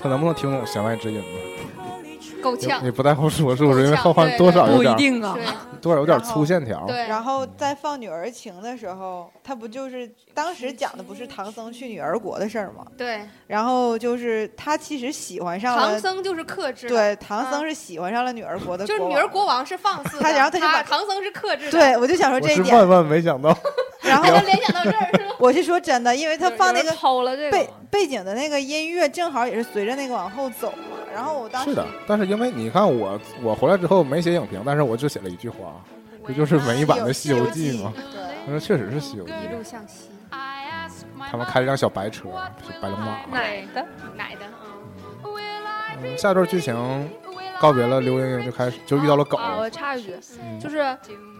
Speaker 1: 他能不能听懂弦外之音呢？
Speaker 10: 够
Speaker 1: 也
Speaker 10: 呛
Speaker 1: 也。不太好说，是不是？因为
Speaker 10: 够呛
Speaker 1: 浩瀚
Speaker 10: 对
Speaker 1: 多少
Speaker 10: 对
Speaker 1: 有
Speaker 4: 不一
Speaker 1: 点
Speaker 4: 定啊
Speaker 10: 对，
Speaker 1: 多少有点粗线条。
Speaker 10: 对
Speaker 2: 然后在放《女儿情》的时候，他不就是当时讲的不是唐僧去女儿国的事儿吗？
Speaker 10: 对，
Speaker 2: 然后就是他其实喜欢上了
Speaker 10: 唐，僧就是克制的，
Speaker 2: 对，唐
Speaker 10: 啊
Speaker 2: 僧是喜欢上了女儿国的
Speaker 10: 就是
Speaker 2: 国
Speaker 10: 女
Speaker 2: 王
Speaker 10: 儿国王是放 肆的，
Speaker 2: 他然后他就把
Speaker 10: 唐僧是克制的，
Speaker 2: 对，我就想
Speaker 1: 我
Speaker 2: 说这
Speaker 1: 是
Speaker 2: 一点
Speaker 1: 万，万没想到，
Speaker 2: 然
Speaker 10: 他
Speaker 2: 后
Speaker 10: 就联想到这儿 是吧？
Speaker 2: 我是说真的，因为他放那
Speaker 4: 有人
Speaker 2: 个
Speaker 4: 偷了这
Speaker 2: 背
Speaker 4: 个，
Speaker 2: 背景的那个音乐正好也是随着那个往后走嘛。然后我当时
Speaker 1: 是的。但是因为你看我，我回来之后没写影评，但是我只写了一句话，这就是美版的《西游记》嘛。
Speaker 2: 对，
Speaker 1: 他说确实是《西游记》，
Speaker 10: 一路向西，
Speaker 1: 他们开了一辆小白车，是白龙马。
Speaker 10: 奶的奶的，
Speaker 1: 嗯下段剧情告别了刘盈盈，就开始就遇到了狗。
Speaker 4: 啊，我插一句，
Speaker 1: 嗯
Speaker 4: 就是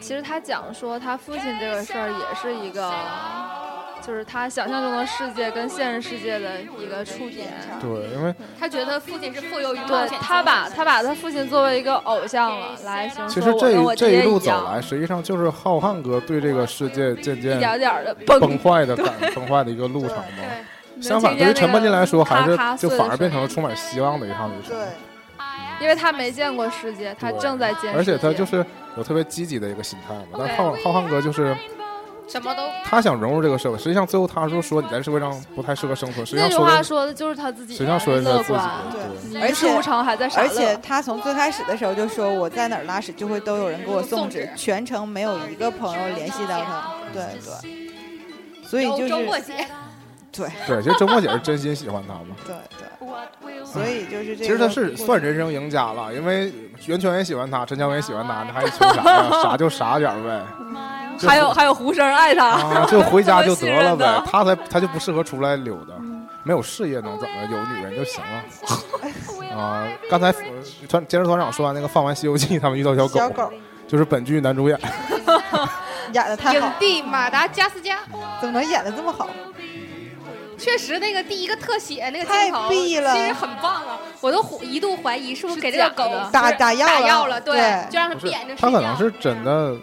Speaker 4: 其实他讲说他父亲这个事儿也是一个，就是他想象中的世界跟现实世界的一个触点。
Speaker 1: 对，因为
Speaker 10: 嗯，他觉得 父亲是富有于冒
Speaker 4: 对
Speaker 10: 险，
Speaker 4: 他把他把他父亲作为一个偶像了来形容，
Speaker 1: 其实这
Speaker 4: 我跟我
Speaker 1: 一这
Speaker 4: 爹
Speaker 1: 一路
Speaker 4: 一
Speaker 1: 走
Speaker 4: 样，
Speaker 1: 来，实际上就是浩瀚哥对这个世界渐
Speaker 4: 一
Speaker 1: 渐
Speaker 4: 点点的
Speaker 1: 崩坏的感崩坏的一个路程嘛。
Speaker 10: 对，
Speaker 1: 相反，对于陈伯金来说，还是就反而变成了
Speaker 4: 了，
Speaker 1: 充满希望的一趟旅程。
Speaker 2: 对，
Speaker 4: 因为他没见过世界，他
Speaker 1: 对
Speaker 4: 正在见世界，
Speaker 1: 而且他就是有特别积极的一个心态嘛。但是浩浩瀚哥就是
Speaker 10: 什么都
Speaker 1: 他想融入这个社会，实际上最后他说说你在社会上不太适合生存，实际
Speaker 4: 那
Speaker 1: 上
Speaker 4: 句
Speaker 1: 说
Speaker 4: 话
Speaker 1: 的
Speaker 4: 说的就是他自己
Speaker 1: 实
Speaker 4: 啊，
Speaker 1: 际上说的是
Speaker 4: 乐
Speaker 1: 他自己对。
Speaker 4: 观，
Speaker 2: 而
Speaker 4: 一事
Speaker 2: 且
Speaker 4: 无成还在傻乐，
Speaker 2: 而且他从最开始的时候就说我在哪儿拉屎就会都有人给我送
Speaker 10: 送
Speaker 2: 纸
Speaker 10: 纸，
Speaker 2: 全程没有一个朋友联系到他。对对，所以就
Speaker 10: 周
Speaker 2: 是
Speaker 10: 周末节，
Speaker 2: 对
Speaker 1: 对，其实周末姐是真心喜欢他嘛。
Speaker 2: 对对，所以就是这个。
Speaker 1: 其实他是算人生赢家了，因为袁泉也喜欢他，陈乔恩也喜欢
Speaker 10: 啊
Speaker 1: 他，这还求啥呀？傻就傻点儿呗。就
Speaker 4: 还有还有胡生 爱他，
Speaker 1: 啊，就回家就得了
Speaker 4: 这么信任
Speaker 1: 呗
Speaker 4: 呢。
Speaker 1: 他才他就不适合出来溜达，
Speaker 10: 嗯
Speaker 1: 没有事业能怎么？有女人就行 了。
Speaker 10: 哎
Speaker 1: 啊，刚才呃团监制团长说完那个放完《西游记》，他们遇到小狗，
Speaker 2: 小狗
Speaker 1: 就是本剧男主演。
Speaker 2: 演的太
Speaker 10: 影
Speaker 2: 好，
Speaker 10: 帝马达加斯加，
Speaker 2: 怎么能演的这么好？
Speaker 10: 确实那个第一个特写那个
Speaker 2: 太
Speaker 10: 镜头，
Speaker 2: 逼了
Speaker 10: 其实很棒啊，我都怀一度怀疑是不是给这个
Speaker 4: 假
Speaker 10: 狗
Speaker 4: 的
Speaker 2: 打
Speaker 10: 是
Speaker 2: 打药
Speaker 10: 打药
Speaker 2: 了
Speaker 10: 了，
Speaker 2: 对
Speaker 10: 就让它
Speaker 1: 不是
Speaker 10: 扁着睡觉。
Speaker 1: 他可能是真的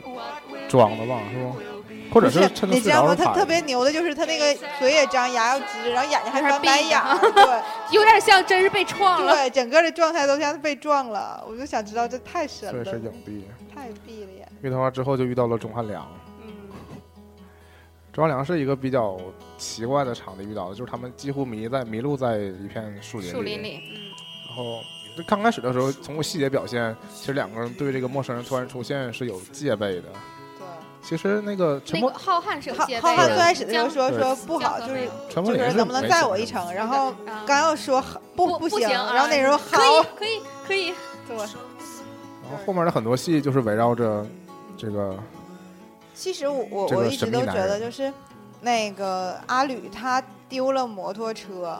Speaker 1: 装的吧，是吗？或者
Speaker 2: 不
Speaker 1: 是
Speaker 2: 是
Speaker 1: 趁他
Speaker 2: 你
Speaker 1: 睡
Speaker 2: 这样
Speaker 1: 着
Speaker 2: 说，
Speaker 1: 了
Speaker 2: 他
Speaker 1: 拍
Speaker 2: 特别
Speaker 1: 的。
Speaker 2: 牛的就是他那个嘴也张，牙又直，然后眼睛还
Speaker 10: 还
Speaker 2: 翻
Speaker 10: 闭
Speaker 2: 白
Speaker 10: 着
Speaker 2: 眼儿，对。
Speaker 10: 有点像真是被撞了。
Speaker 2: 对，整个的状态都像被撞了，我就想知道这太神
Speaker 1: 所以
Speaker 2: 了，
Speaker 1: 是影帝。
Speaker 2: 太闭了眼。
Speaker 1: 遇到他之后就遇到了钟汉良。
Speaker 2: 嗯
Speaker 1: 钟汉良是一个比较奇怪的场地遇到的，就是他们几乎迷在迷路在一片树林
Speaker 10: 树林里，嗯，
Speaker 1: 然后就刚开始的时候，从细节表现，其实两个人对这个陌生人突然出现是有戒备的。
Speaker 2: 对，
Speaker 1: 其实那个陈
Speaker 10: 那
Speaker 1: 默
Speaker 10: 个，浩瀚是有
Speaker 2: 浩
Speaker 10: 戒
Speaker 2: 浩
Speaker 10: 备
Speaker 1: 对
Speaker 2: 瀚最
Speaker 10: 的，
Speaker 2: 开始的时候说
Speaker 1: 对
Speaker 2: 说不好，就
Speaker 10: 江河没
Speaker 2: 是
Speaker 10: 有
Speaker 1: 陈
Speaker 2: 就
Speaker 1: 默林
Speaker 2: 是
Speaker 1: 是
Speaker 2: 能不能
Speaker 1: 没
Speaker 2: 载
Speaker 1: 什
Speaker 2: 我
Speaker 1: 么
Speaker 2: 一
Speaker 1: 的？
Speaker 2: 程，然后
Speaker 10: 嗯
Speaker 2: 刚要说不
Speaker 10: 不
Speaker 2: 行，啊
Speaker 10: 行
Speaker 2: 然后那时候好，
Speaker 10: 可以可以
Speaker 2: 对，
Speaker 1: 然后后面的很多戏就是围绕着这个，
Speaker 2: 其实我我
Speaker 1: 这个
Speaker 2: 我一直
Speaker 1: 神秘
Speaker 2: 都觉
Speaker 1: 男
Speaker 2: 得
Speaker 1: 人
Speaker 2: 就是那个阿吕他丢了摩托车，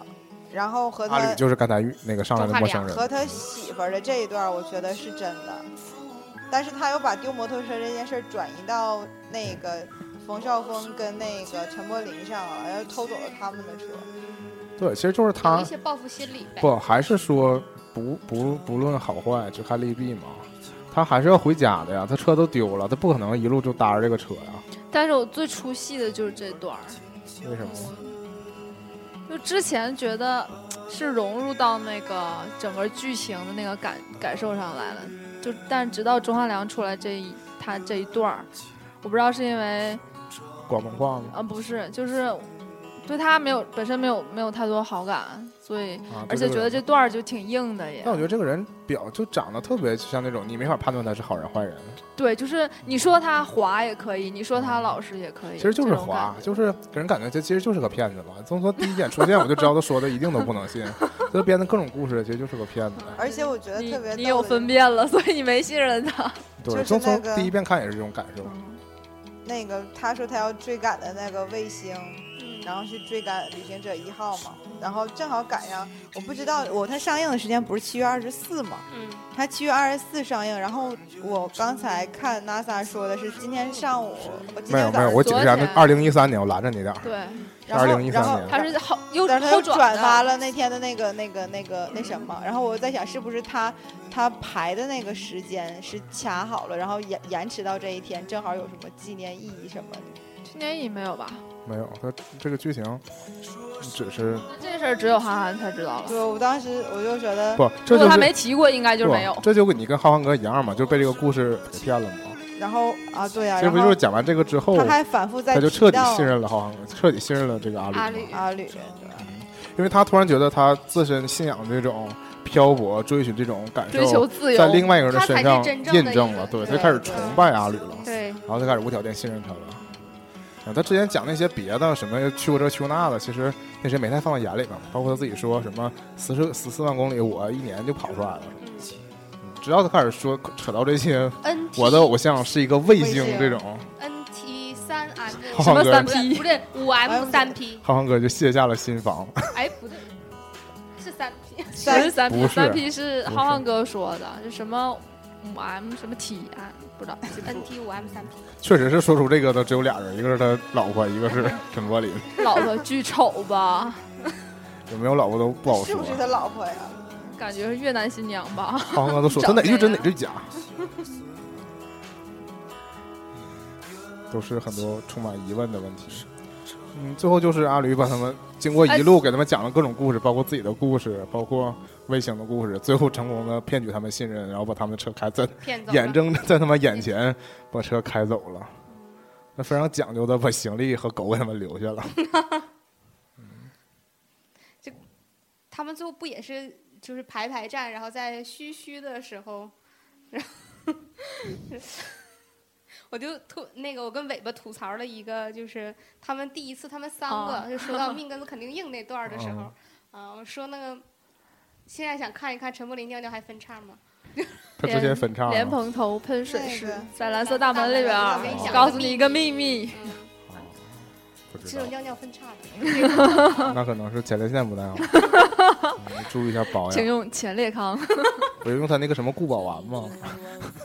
Speaker 2: 然后和
Speaker 1: 阿
Speaker 2: 他
Speaker 1: 吕就是刚才遇那个上来的陌生人，
Speaker 2: 和他媳妇儿的这一段，我觉得是真的。但是他又把丢摩托车这件事儿转移到那个冯绍峰跟那个陈柏霖上了，然后偷走了他们的车。
Speaker 1: 对，其实就是
Speaker 10: 可以，有
Speaker 1: 他
Speaker 10: 一些报复心理呗。
Speaker 1: 不还是说不不不论好坏，只看利弊嘛。他还是要回家的呀，他车都丢了，他不可能一路就搭着这个车呀。
Speaker 4: 但是我最出戏的就是这段儿，
Speaker 1: 为什么？
Speaker 4: 就之前觉得是融入到那个整个剧情的那个感感受上来了，就但直到钟汉良出来这一他这一段儿，我不知道是因为
Speaker 1: 广东话吗？啊
Speaker 4: 啊不是，就是对他没有本身没有没有太多好感，所以、
Speaker 1: 啊对
Speaker 4: 嗯而且
Speaker 1: 这个
Speaker 4: 觉得这段儿就挺硬的也
Speaker 1: 但。我觉得这个人表就长得特别像那种你没法判断他是好人坏人，
Speaker 4: 对，就是你说他滑也可以，你说他老实也可以，
Speaker 1: 其实就是
Speaker 4: 这种感
Speaker 1: 滑，就是给人感觉这其实就是个骗子吧。从从第一眼出现我就知道他说的一定都不能信，他编的各种故事其实就是个骗子。
Speaker 2: 而且我觉得特别
Speaker 4: 你有分辨了，所以你没信任他。
Speaker 1: 对，
Speaker 2: 就是
Speaker 1: 从
Speaker 2: 那
Speaker 1: 从
Speaker 2: 个嗯
Speaker 1: 第一遍看也是这种感受。
Speaker 2: 那个他说他要追赶的那个卫星，然后去追赶旅行者一号嘛，然后正好赶上，我不知道我它上映的时间不是七月二十四嘛，
Speaker 10: 嗯，
Speaker 2: 它七月二十四上映，然后我刚才看 NASA 说的是今天上午，我今
Speaker 1: 没有
Speaker 2: 天
Speaker 1: 没
Speaker 2: 早
Speaker 1: 有，
Speaker 2: 上
Speaker 1: 我解释一下，那
Speaker 2: 昨天
Speaker 1: 二零一三年我拦着你点儿，
Speaker 4: 对，
Speaker 2: 然后
Speaker 1: 2013
Speaker 2: 然后
Speaker 1: 年
Speaker 4: 他是后又
Speaker 2: 但是他又
Speaker 4: 后
Speaker 2: 转
Speaker 4: 的
Speaker 2: 发了那天的那个那个那个那什么，然后我在想是不是他他排的那个时间是卡好了，然后延延迟到这一天，正好有什么纪念意义什么的。
Speaker 4: 去年也没有吧？
Speaker 1: 没有，他这个剧情只是
Speaker 2: 嗯
Speaker 4: 这事儿只有韩寒才知道了。
Speaker 2: 对，我当时我就觉得
Speaker 1: 不，这就
Speaker 4: 如果
Speaker 1: 是
Speaker 4: 他没提过，应该就是没有
Speaker 1: 不。这就跟你跟浩瀚哥一样嘛，就被这个故事给骗了嘛。
Speaker 2: 然后啊，对呀、啊，
Speaker 1: 其实
Speaker 2: 然
Speaker 1: 不就是
Speaker 2: 后
Speaker 1: 讲完这个之后，
Speaker 2: 他还反复在
Speaker 1: 他就彻底
Speaker 2: 提到
Speaker 1: 信任了浩瀚哥，彻底信任了这个阿
Speaker 2: 阿
Speaker 4: 啊
Speaker 1: 吕，
Speaker 2: 吕阿吕，对
Speaker 1: 因为他突然觉得他自身信仰这种漂泊、追寻这种感受，
Speaker 4: 追求自由
Speaker 1: 在另外一个人
Speaker 4: 他才
Speaker 1: 身
Speaker 4: 是
Speaker 1: 上
Speaker 4: 真正的
Speaker 1: 印证
Speaker 4: 一
Speaker 1: 了，
Speaker 4: 个
Speaker 1: 对，他
Speaker 4: 对
Speaker 1: 开始崇拜阿吕了，
Speaker 4: 对
Speaker 1: 然后他开始无条件信任他了。啊，他之前讲那些别的什么去过这去过那的，其实那谁没太放在眼里吧，包括他自己说什么十四十四万公里，我一年就跑出来了。嗯只要他开始说扯到这 些
Speaker 10: NT
Speaker 1: 我的偶像是一个卫星
Speaker 10: 卫星
Speaker 1: 这
Speaker 4: 嗯
Speaker 1: 种，
Speaker 10: NT 嗯三 M
Speaker 1: 什么三
Speaker 4: P
Speaker 10: 不对五 M 三 P，
Speaker 1: 浩瀚哥就卸下了心防。
Speaker 10: 哎不对，是三 P，
Speaker 4: 不是三
Speaker 1: 不
Speaker 4: P，
Speaker 1: 是
Speaker 4: 三 P 是
Speaker 1: 不是
Speaker 4: 浩瀚哥说的，是什么五 M 什么 T M 不知道记不住
Speaker 10: NT 五 M 三 P，
Speaker 1: 确实是说出这个的只有俩人，一个是他老婆，一个是陈柏霖。
Speaker 4: 老婆巨丑吧？
Speaker 1: 有没有老婆都不好
Speaker 2: 是
Speaker 1: 说啊
Speaker 2: 不。是他老婆呀？
Speaker 4: 感觉是越南新娘吧？
Speaker 1: 浩瀚哥都说他哪句真哪句 假，都是很多充满疑问的问题。嗯，最后就是阿驴把他们经过一
Speaker 2: 哎
Speaker 1: 路给他们讲了各种故事，包括自己的故事，包括卫星的故事，最后成功的骗取他们信任，然后把他们的车开在
Speaker 10: 骗走了
Speaker 1: 眼睁着在他们眼前把车开走了。那非常讲究的把行李和狗给他们留下了。
Speaker 10: 他们最后不也是就是排排站，然后在嘘嘘的时候，然后 我就吐那个我跟尾巴吐槽了一个，就是他们第一次他们三
Speaker 4: 啊
Speaker 10: 个就说 到命根子肯定硬那段儿的时
Speaker 1: 哦
Speaker 10: 候，啊，我说那个现在想看一看陈柏霖尿尿还分叉吗？
Speaker 1: 他之前分叉
Speaker 4: 莲
Speaker 1: 了，
Speaker 4: 蓬头喷水式
Speaker 2: 那个，
Speaker 4: 在蓝色大门里边儿
Speaker 10: 我跟你，
Speaker 4: 我
Speaker 10: 讲
Speaker 4: 告诉你一个秘密，
Speaker 1: 哎不知
Speaker 10: 只
Speaker 1: 道
Speaker 10: 有尿尿分叉的。
Speaker 1: 那可能是前列腺不太 好，嗯注意一下保
Speaker 4: 请
Speaker 1: 养。
Speaker 4: 用前列康。
Speaker 1: 不是用他那个什么固保丸吗？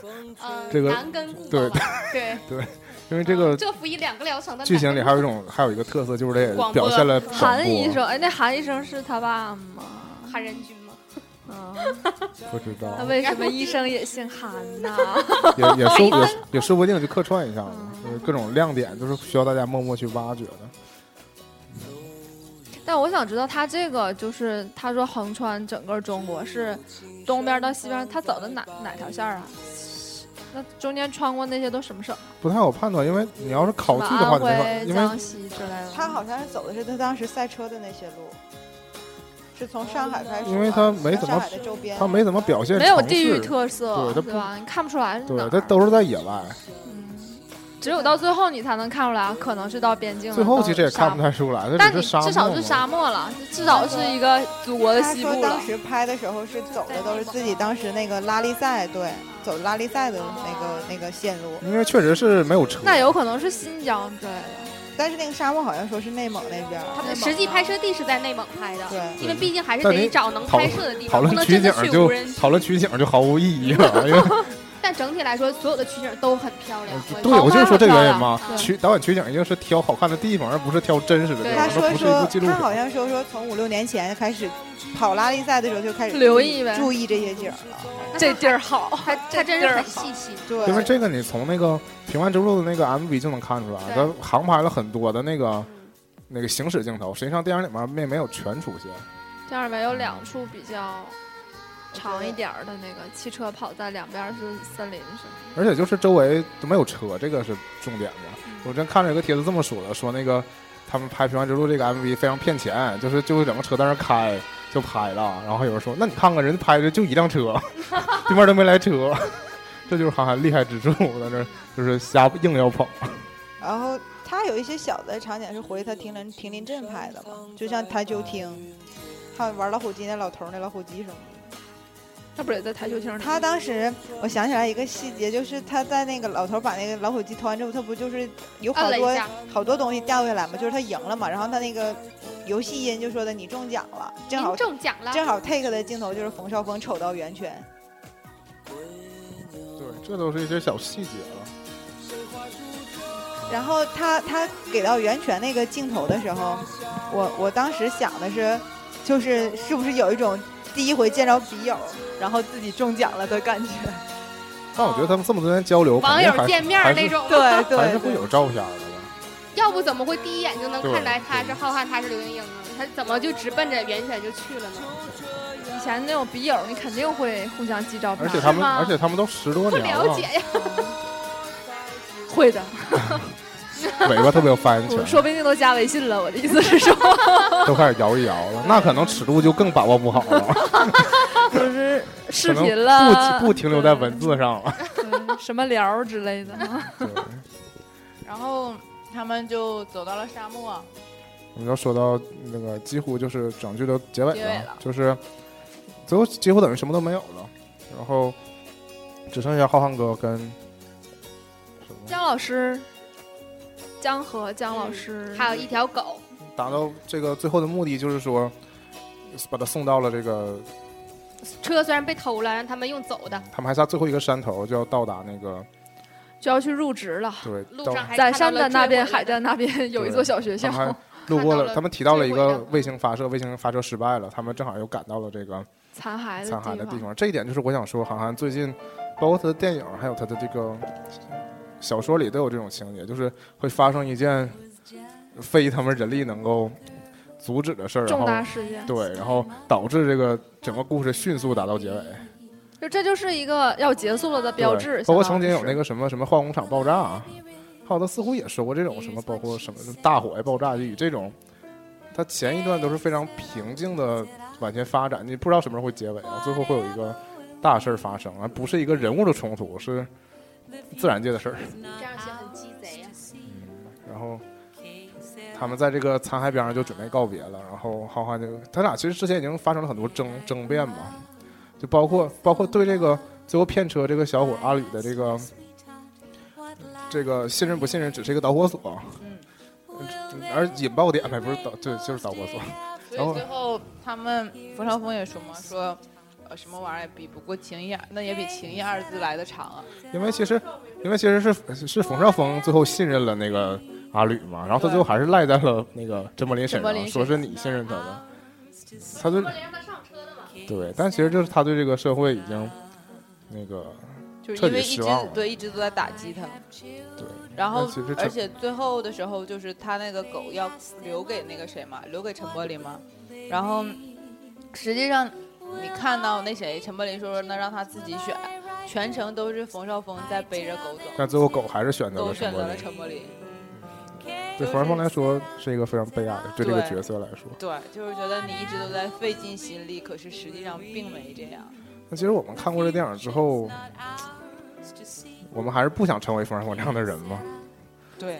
Speaker 4: 嗯
Speaker 10: 呃
Speaker 1: 这个
Speaker 10: 男根固
Speaker 1: 对呃
Speaker 10: 吧对，
Speaker 1: 因为这
Speaker 4: 啊
Speaker 1: 个
Speaker 10: 这服一两个疗程的
Speaker 1: 剧情
Speaker 10: 男
Speaker 1: 里
Speaker 10: 根
Speaker 1: 还有一种还有一个特色，就是这也
Speaker 10: 广
Speaker 1: 表
Speaker 10: 播
Speaker 1: 现了广播啊
Speaker 4: 韩医，生，哎，那韩医生是他爸吗？
Speaker 10: 固韩人君吗？
Speaker 4: 嗯，
Speaker 1: 不知道
Speaker 4: 那为什么医生也姓韩呢？
Speaker 1: 也也说也也说不定就客串一下嘛，
Speaker 4: 嗯
Speaker 1: 就是各种亮点都是需要大家默默去挖掘的。
Speaker 4: 但我想知道他这个就是他说横穿整个中国是东边到西边，他走的哪哪条线儿啊？那中间穿过那些都什么省？
Speaker 1: 不太好判断，因为你要是考
Speaker 4: 什么
Speaker 1: 据的话，你没法，因
Speaker 4: 安徽、
Speaker 1: 为
Speaker 4: 江西之类的。
Speaker 2: 他好像是走的是他当时赛车的那些路，是从上海开始吧，
Speaker 1: 因为他没怎
Speaker 2: 上
Speaker 1: 么
Speaker 2: 海的周边，
Speaker 1: 他没怎么表现
Speaker 4: 没有
Speaker 1: 城
Speaker 4: 地域
Speaker 1: 市
Speaker 4: 特色，
Speaker 1: 对它
Speaker 4: 对
Speaker 1: 不
Speaker 4: 吧？你看不出来是哪
Speaker 1: 对，
Speaker 4: 儿。
Speaker 1: 他都是在野外，
Speaker 4: 只有到最后你才能看出来，啊可能是到边境了。
Speaker 1: 最后其实也
Speaker 4: 到
Speaker 1: 看
Speaker 4: 沙漠
Speaker 1: 不太出来，那
Speaker 4: 但
Speaker 1: 只
Speaker 4: 你
Speaker 1: 是沙漠
Speaker 4: 至少是
Speaker 1: 嘛
Speaker 4: 沙漠了，至少是一个祖国的
Speaker 2: 他
Speaker 4: 西
Speaker 2: 说
Speaker 4: 部了
Speaker 2: 当。时拍的时候是走的都是自己当时那个拉力赛，对，走拉力赛的那个那个线路，
Speaker 1: 因为确实是没有车，
Speaker 4: 那有可能是新疆之类的，
Speaker 2: 但是那个沙漠好像说是内蒙那边儿，
Speaker 10: 他们实际拍摄地是在内蒙拍的，
Speaker 2: 对
Speaker 10: 因为毕竟还是
Speaker 1: 但你
Speaker 10: 得找能
Speaker 1: 讨
Speaker 10: 拍摄的地
Speaker 1: 讨
Speaker 10: 方，
Speaker 1: 论
Speaker 10: 不能
Speaker 1: 取
Speaker 10: 真
Speaker 1: 景
Speaker 10: 的去
Speaker 1: 就
Speaker 10: 无人区。
Speaker 1: 讨论取景就毫无意义 了，因为
Speaker 10: 但整体来说，所有的取景都很漂亮。我
Speaker 1: 呃对，
Speaker 10: 觉得
Speaker 1: 我就是说这原因嘛
Speaker 4: 对。
Speaker 1: 取导演取景一定是挑好看的地方，而不是挑真实的地
Speaker 10: 对
Speaker 1: 方，
Speaker 2: 他
Speaker 1: 那
Speaker 2: 说
Speaker 1: 不是一
Speaker 2: 说
Speaker 1: 部纪录
Speaker 2: 他
Speaker 1: 片。
Speaker 2: 好像说说从五六年前开始跑拉力赛的时候就开始
Speaker 4: 留
Speaker 2: 注
Speaker 4: 意呗
Speaker 2: 注意这些景儿了，
Speaker 4: 这地儿好。
Speaker 10: 他他真是很细心。
Speaker 2: 对，
Speaker 1: 因为这个你从那个《平凡之路》的那个 MV 就能看出来，
Speaker 10: 对
Speaker 1: 他航拍了很多的那个那个行驶镜头，实际上电影里面并没有全出现。
Speaker 4: 这样吧，有两处比较长一点儿的那个汽车跑在两边是森林什么
Speaker 1: 而且
Speaker 10: 嗯
Speaker 1: 就是周围都没有车，这个是重点吧。我真看着有个帖子这么说的，说那个他们拍《平凡之路》这个 MV 非常骗钱，就是就是两个车在那儿开就拍了，然后有人说，那你看看人家拍的就一辆车， 对面都没来车， 这就是韩寒厉害之处，在这儿就是瞎硬要捧。
Speaker 2: 然后他有一些小的场景是回他亭林亭林镇拍的嘛，就像台球厅，还有玩老虎机那老头儿那老虎机什么的。
Speaker 4: 他不是也在台球厅？
Speaker 2: 他当时，我想起来一个细节，就是他在那个老头把那个老虎机投完之后，他不就是有好
Speaker 10: 摁了一
Speaker 2: 多
Speaker 10: 下
Speaker 2: 好多东西掉下来嘛？就是他赢了嘛，然后他那个游戏音就说的你中奖了，正好
Speaker 10: 您中奖了，
Speaker 2: 正好 take 的镜头就是冯绍峰瞅到袁泉，
Speaker 10: 嗯
Speaker 1: 对，这都是一些小细节了。
Speaker 2: 然后他他给到袁泉那个镜头的时候，我我当时想的是，就是是不是有一种第一回见着笔友，然后自己中奖了的感 觉？
Speaker 1: 但我觉得他们这么多年交流，
Speaker 10: 网
Speaker 1: 肯定还
Speaker 10: 友
Speaker 1: 是
Speaker 10: 见面
Speaker 1: 还
Speaker 10: 儿
Speaker 1: 是
Speaker 10: 那种，
Speaker 2: 对对
Speaker 1: 还是会有照片的吧？
Speaker 10: 要不怎么会第一眼就能
Speaker 1: 对
Speaker 10: 看出来他是浩瀚，他是刘盈莹呢？他怎么就直奔着袁泉就去了呢？
Speaker 4: 以前那种笔友，你肯定会互相寄照片，
Speaker 1: 而且他
Speaker 4: 是
Speaker 1: 们，
Speaker 4: 吗
Speaker 1: 而且他们都十多
Speaker 10: 不
Speaker 1: 年
Speaker 10: 了
Speaker 1: 了
Speaker 10: 解，呀，
Speaker 4: 会的，
Speaker 1: 尾巴特别有 发言
Speaker 4: 我们
Speaker 1: 权，
Speaker 4: 说不定都加微信了。我的意思是 说，
Speaker 1: 都开始摇一摇了。那可能尺度就更把握不好了，
Speaker 4: 就是视
Speaker 1: 可能
Speaker 4: 频了，
Speaker 1: 不不停留在文字上了。
Speaker 4: 对什么聊之类的。
Speaker 1: 对，
Speaker 2: 然后他们就走到了沙漠，
Speaker 1: 我们要说到那个几乎就是整剧的结尾
Speaker 2: 结尾了
Speaker 1: 就是最后几乎等于什么都没有了，然后只剩下浩瀚哥跟什么
Speaker 4: 姜老师，江河姜老师，
Speaker 10: 还有一条狗，
Speaker 1: 达到这个最后的目的，就是说把他送到了这个
Speaker 10: 车虽然被偷了，让他们用走的，
Speaker 1: 他们还差最后一个山头就要到达那个
Speaker 4: 就要去入职了。
Speaker 1: 对
Speaker 10: 路
Speaker 1: 到
Speaker 10: 上还看
Speaker 4: 在
Speaker 10: 到
Speaker 4: 山
Speaker 10: 了
Speaker 4: 的那
Speaker 10: 坠
Speaker 4: 边、
Speaker 10: 毁的
Speaker 4: 海的那边有一座小学
Speaker 1: 他
Speaker 4: 校
Speaker 1: 们，还路过
Speaker 10: 看到了
Speaker 1: 了，他们提到了一
Speaker 10: 坠
Speaker 1: 个
Speaker 10: 毁的
Speaker 1: 卫星发射，卫星发射失败了，他们正好又赶到了这个
Speaker 4: 残骸
Speaker 1: 残骸的
Speaker 4: 地
Speaker 1: 地
Speaker 4: 方。
Speaker 1: 方。这一点就是我想说，韩寒最近，包括他的电影，还有他的这个小说里都有这种情节，就是会发生一件非他们人力能够阻止的事儿，然
Speaker 4: 重
Speaker 1: 后
Speaker 4: 大事件，
Speaker 1: 对，然后导致这个整个故事迅速达到结尾。
Speaker 4: 就这就是一个要结束了的标志
Speaker 1: 对。包括
Speaker 4: 相
Speaker 1: 曾
Speaker 4: 当于
Speaker 1: 经有
Speaker 4: 是
Speaker 1: 那个什么什么化工厂爆炸、啊，还有他似乎也说过这种什么，包括什么大火呀、爆炸雨这种，他前一段都是非常平静的往前发展，你不知道什么时候会结尾啊，最后会有一个大事儿发生啊，不是一个人物的冲突，是自然界的事儿。
Speaker 10: 这样写很鸡贼啊呀。
Speaker 1: 然后他们在这个残骸边上就准备告别了，然后浩瀚就他俩其实之前已经发生了很多争争辩嘛，就包括包括对这个最后骗车这个小伙阿吕的这个这个信任不信任只是一个导火索，嗯，而引爆点呗，不是导对就是导火索，
Speaker 11: 所
Speaker 1: 然后
Speaker 11: 以最后他们冯绍峰也说嘛，说呃什么玩意儿也比不过情义，那也比情义二字来的长啊。
Speaker 1: 因为其实因为其实是是冯绍峰最后信任了那个阿吕嘛，然后他最后还是赖在了那个甄柏林身
Speaker 11: 甄柏林
Speaker 1: 上，
Speaker 11: 身嗯
Speaker 1: 说是你信任他的，他就。
Speaker 10: 让他上车的嘛，
Speaker 1: 对，但其实就是他对这个社会已经那个，
Speaker 11: 就是
Speaker 1: 彻
Speaker 11: 因
Speaker 1: 底
Speaker 11: 为一
Speaker 1: 失
Speaker 11: 直
Speaker 1: 望了
Speaker 11: 对一直都在打击他，
Speaker 1: 对，
Speaker 11: 然后
Speaker 1: 但其实
Speaker 11: 而
Speaker 1: 陈
Speaker 11: 且最后的时候就是他那个狗要留给那个谁嘛，留给陈柏霖嘛，然后实际上你看到那谁陈柏霖说那让他自己选，全程都是冯绍峰在背着狗走，
Speaker 1: 但最后狗还是选择
Speaker 11: 狗
Speaker 1: 了
Speaker 11: 选
Speaker 1: 陈
Speaker 11: 择
Speaker 1: 柏
Speaker 11: 了
Speaker 1: 霖。
Speaker 11: 陈柏霖，
Speaker 1: 对冯绍峰来说是一个非常悲哀的，对这个
Speaker 11: 对
Speaker 1: 角色来说。
Speaker 11: 对，就是觉得你一直都在费尽心力，可是实际上并没这样。
Speaker 1: 那其实我们看过这电影之后，我们还是不想成为冯绍峰这样的人嘛。
Speaker 11: 对，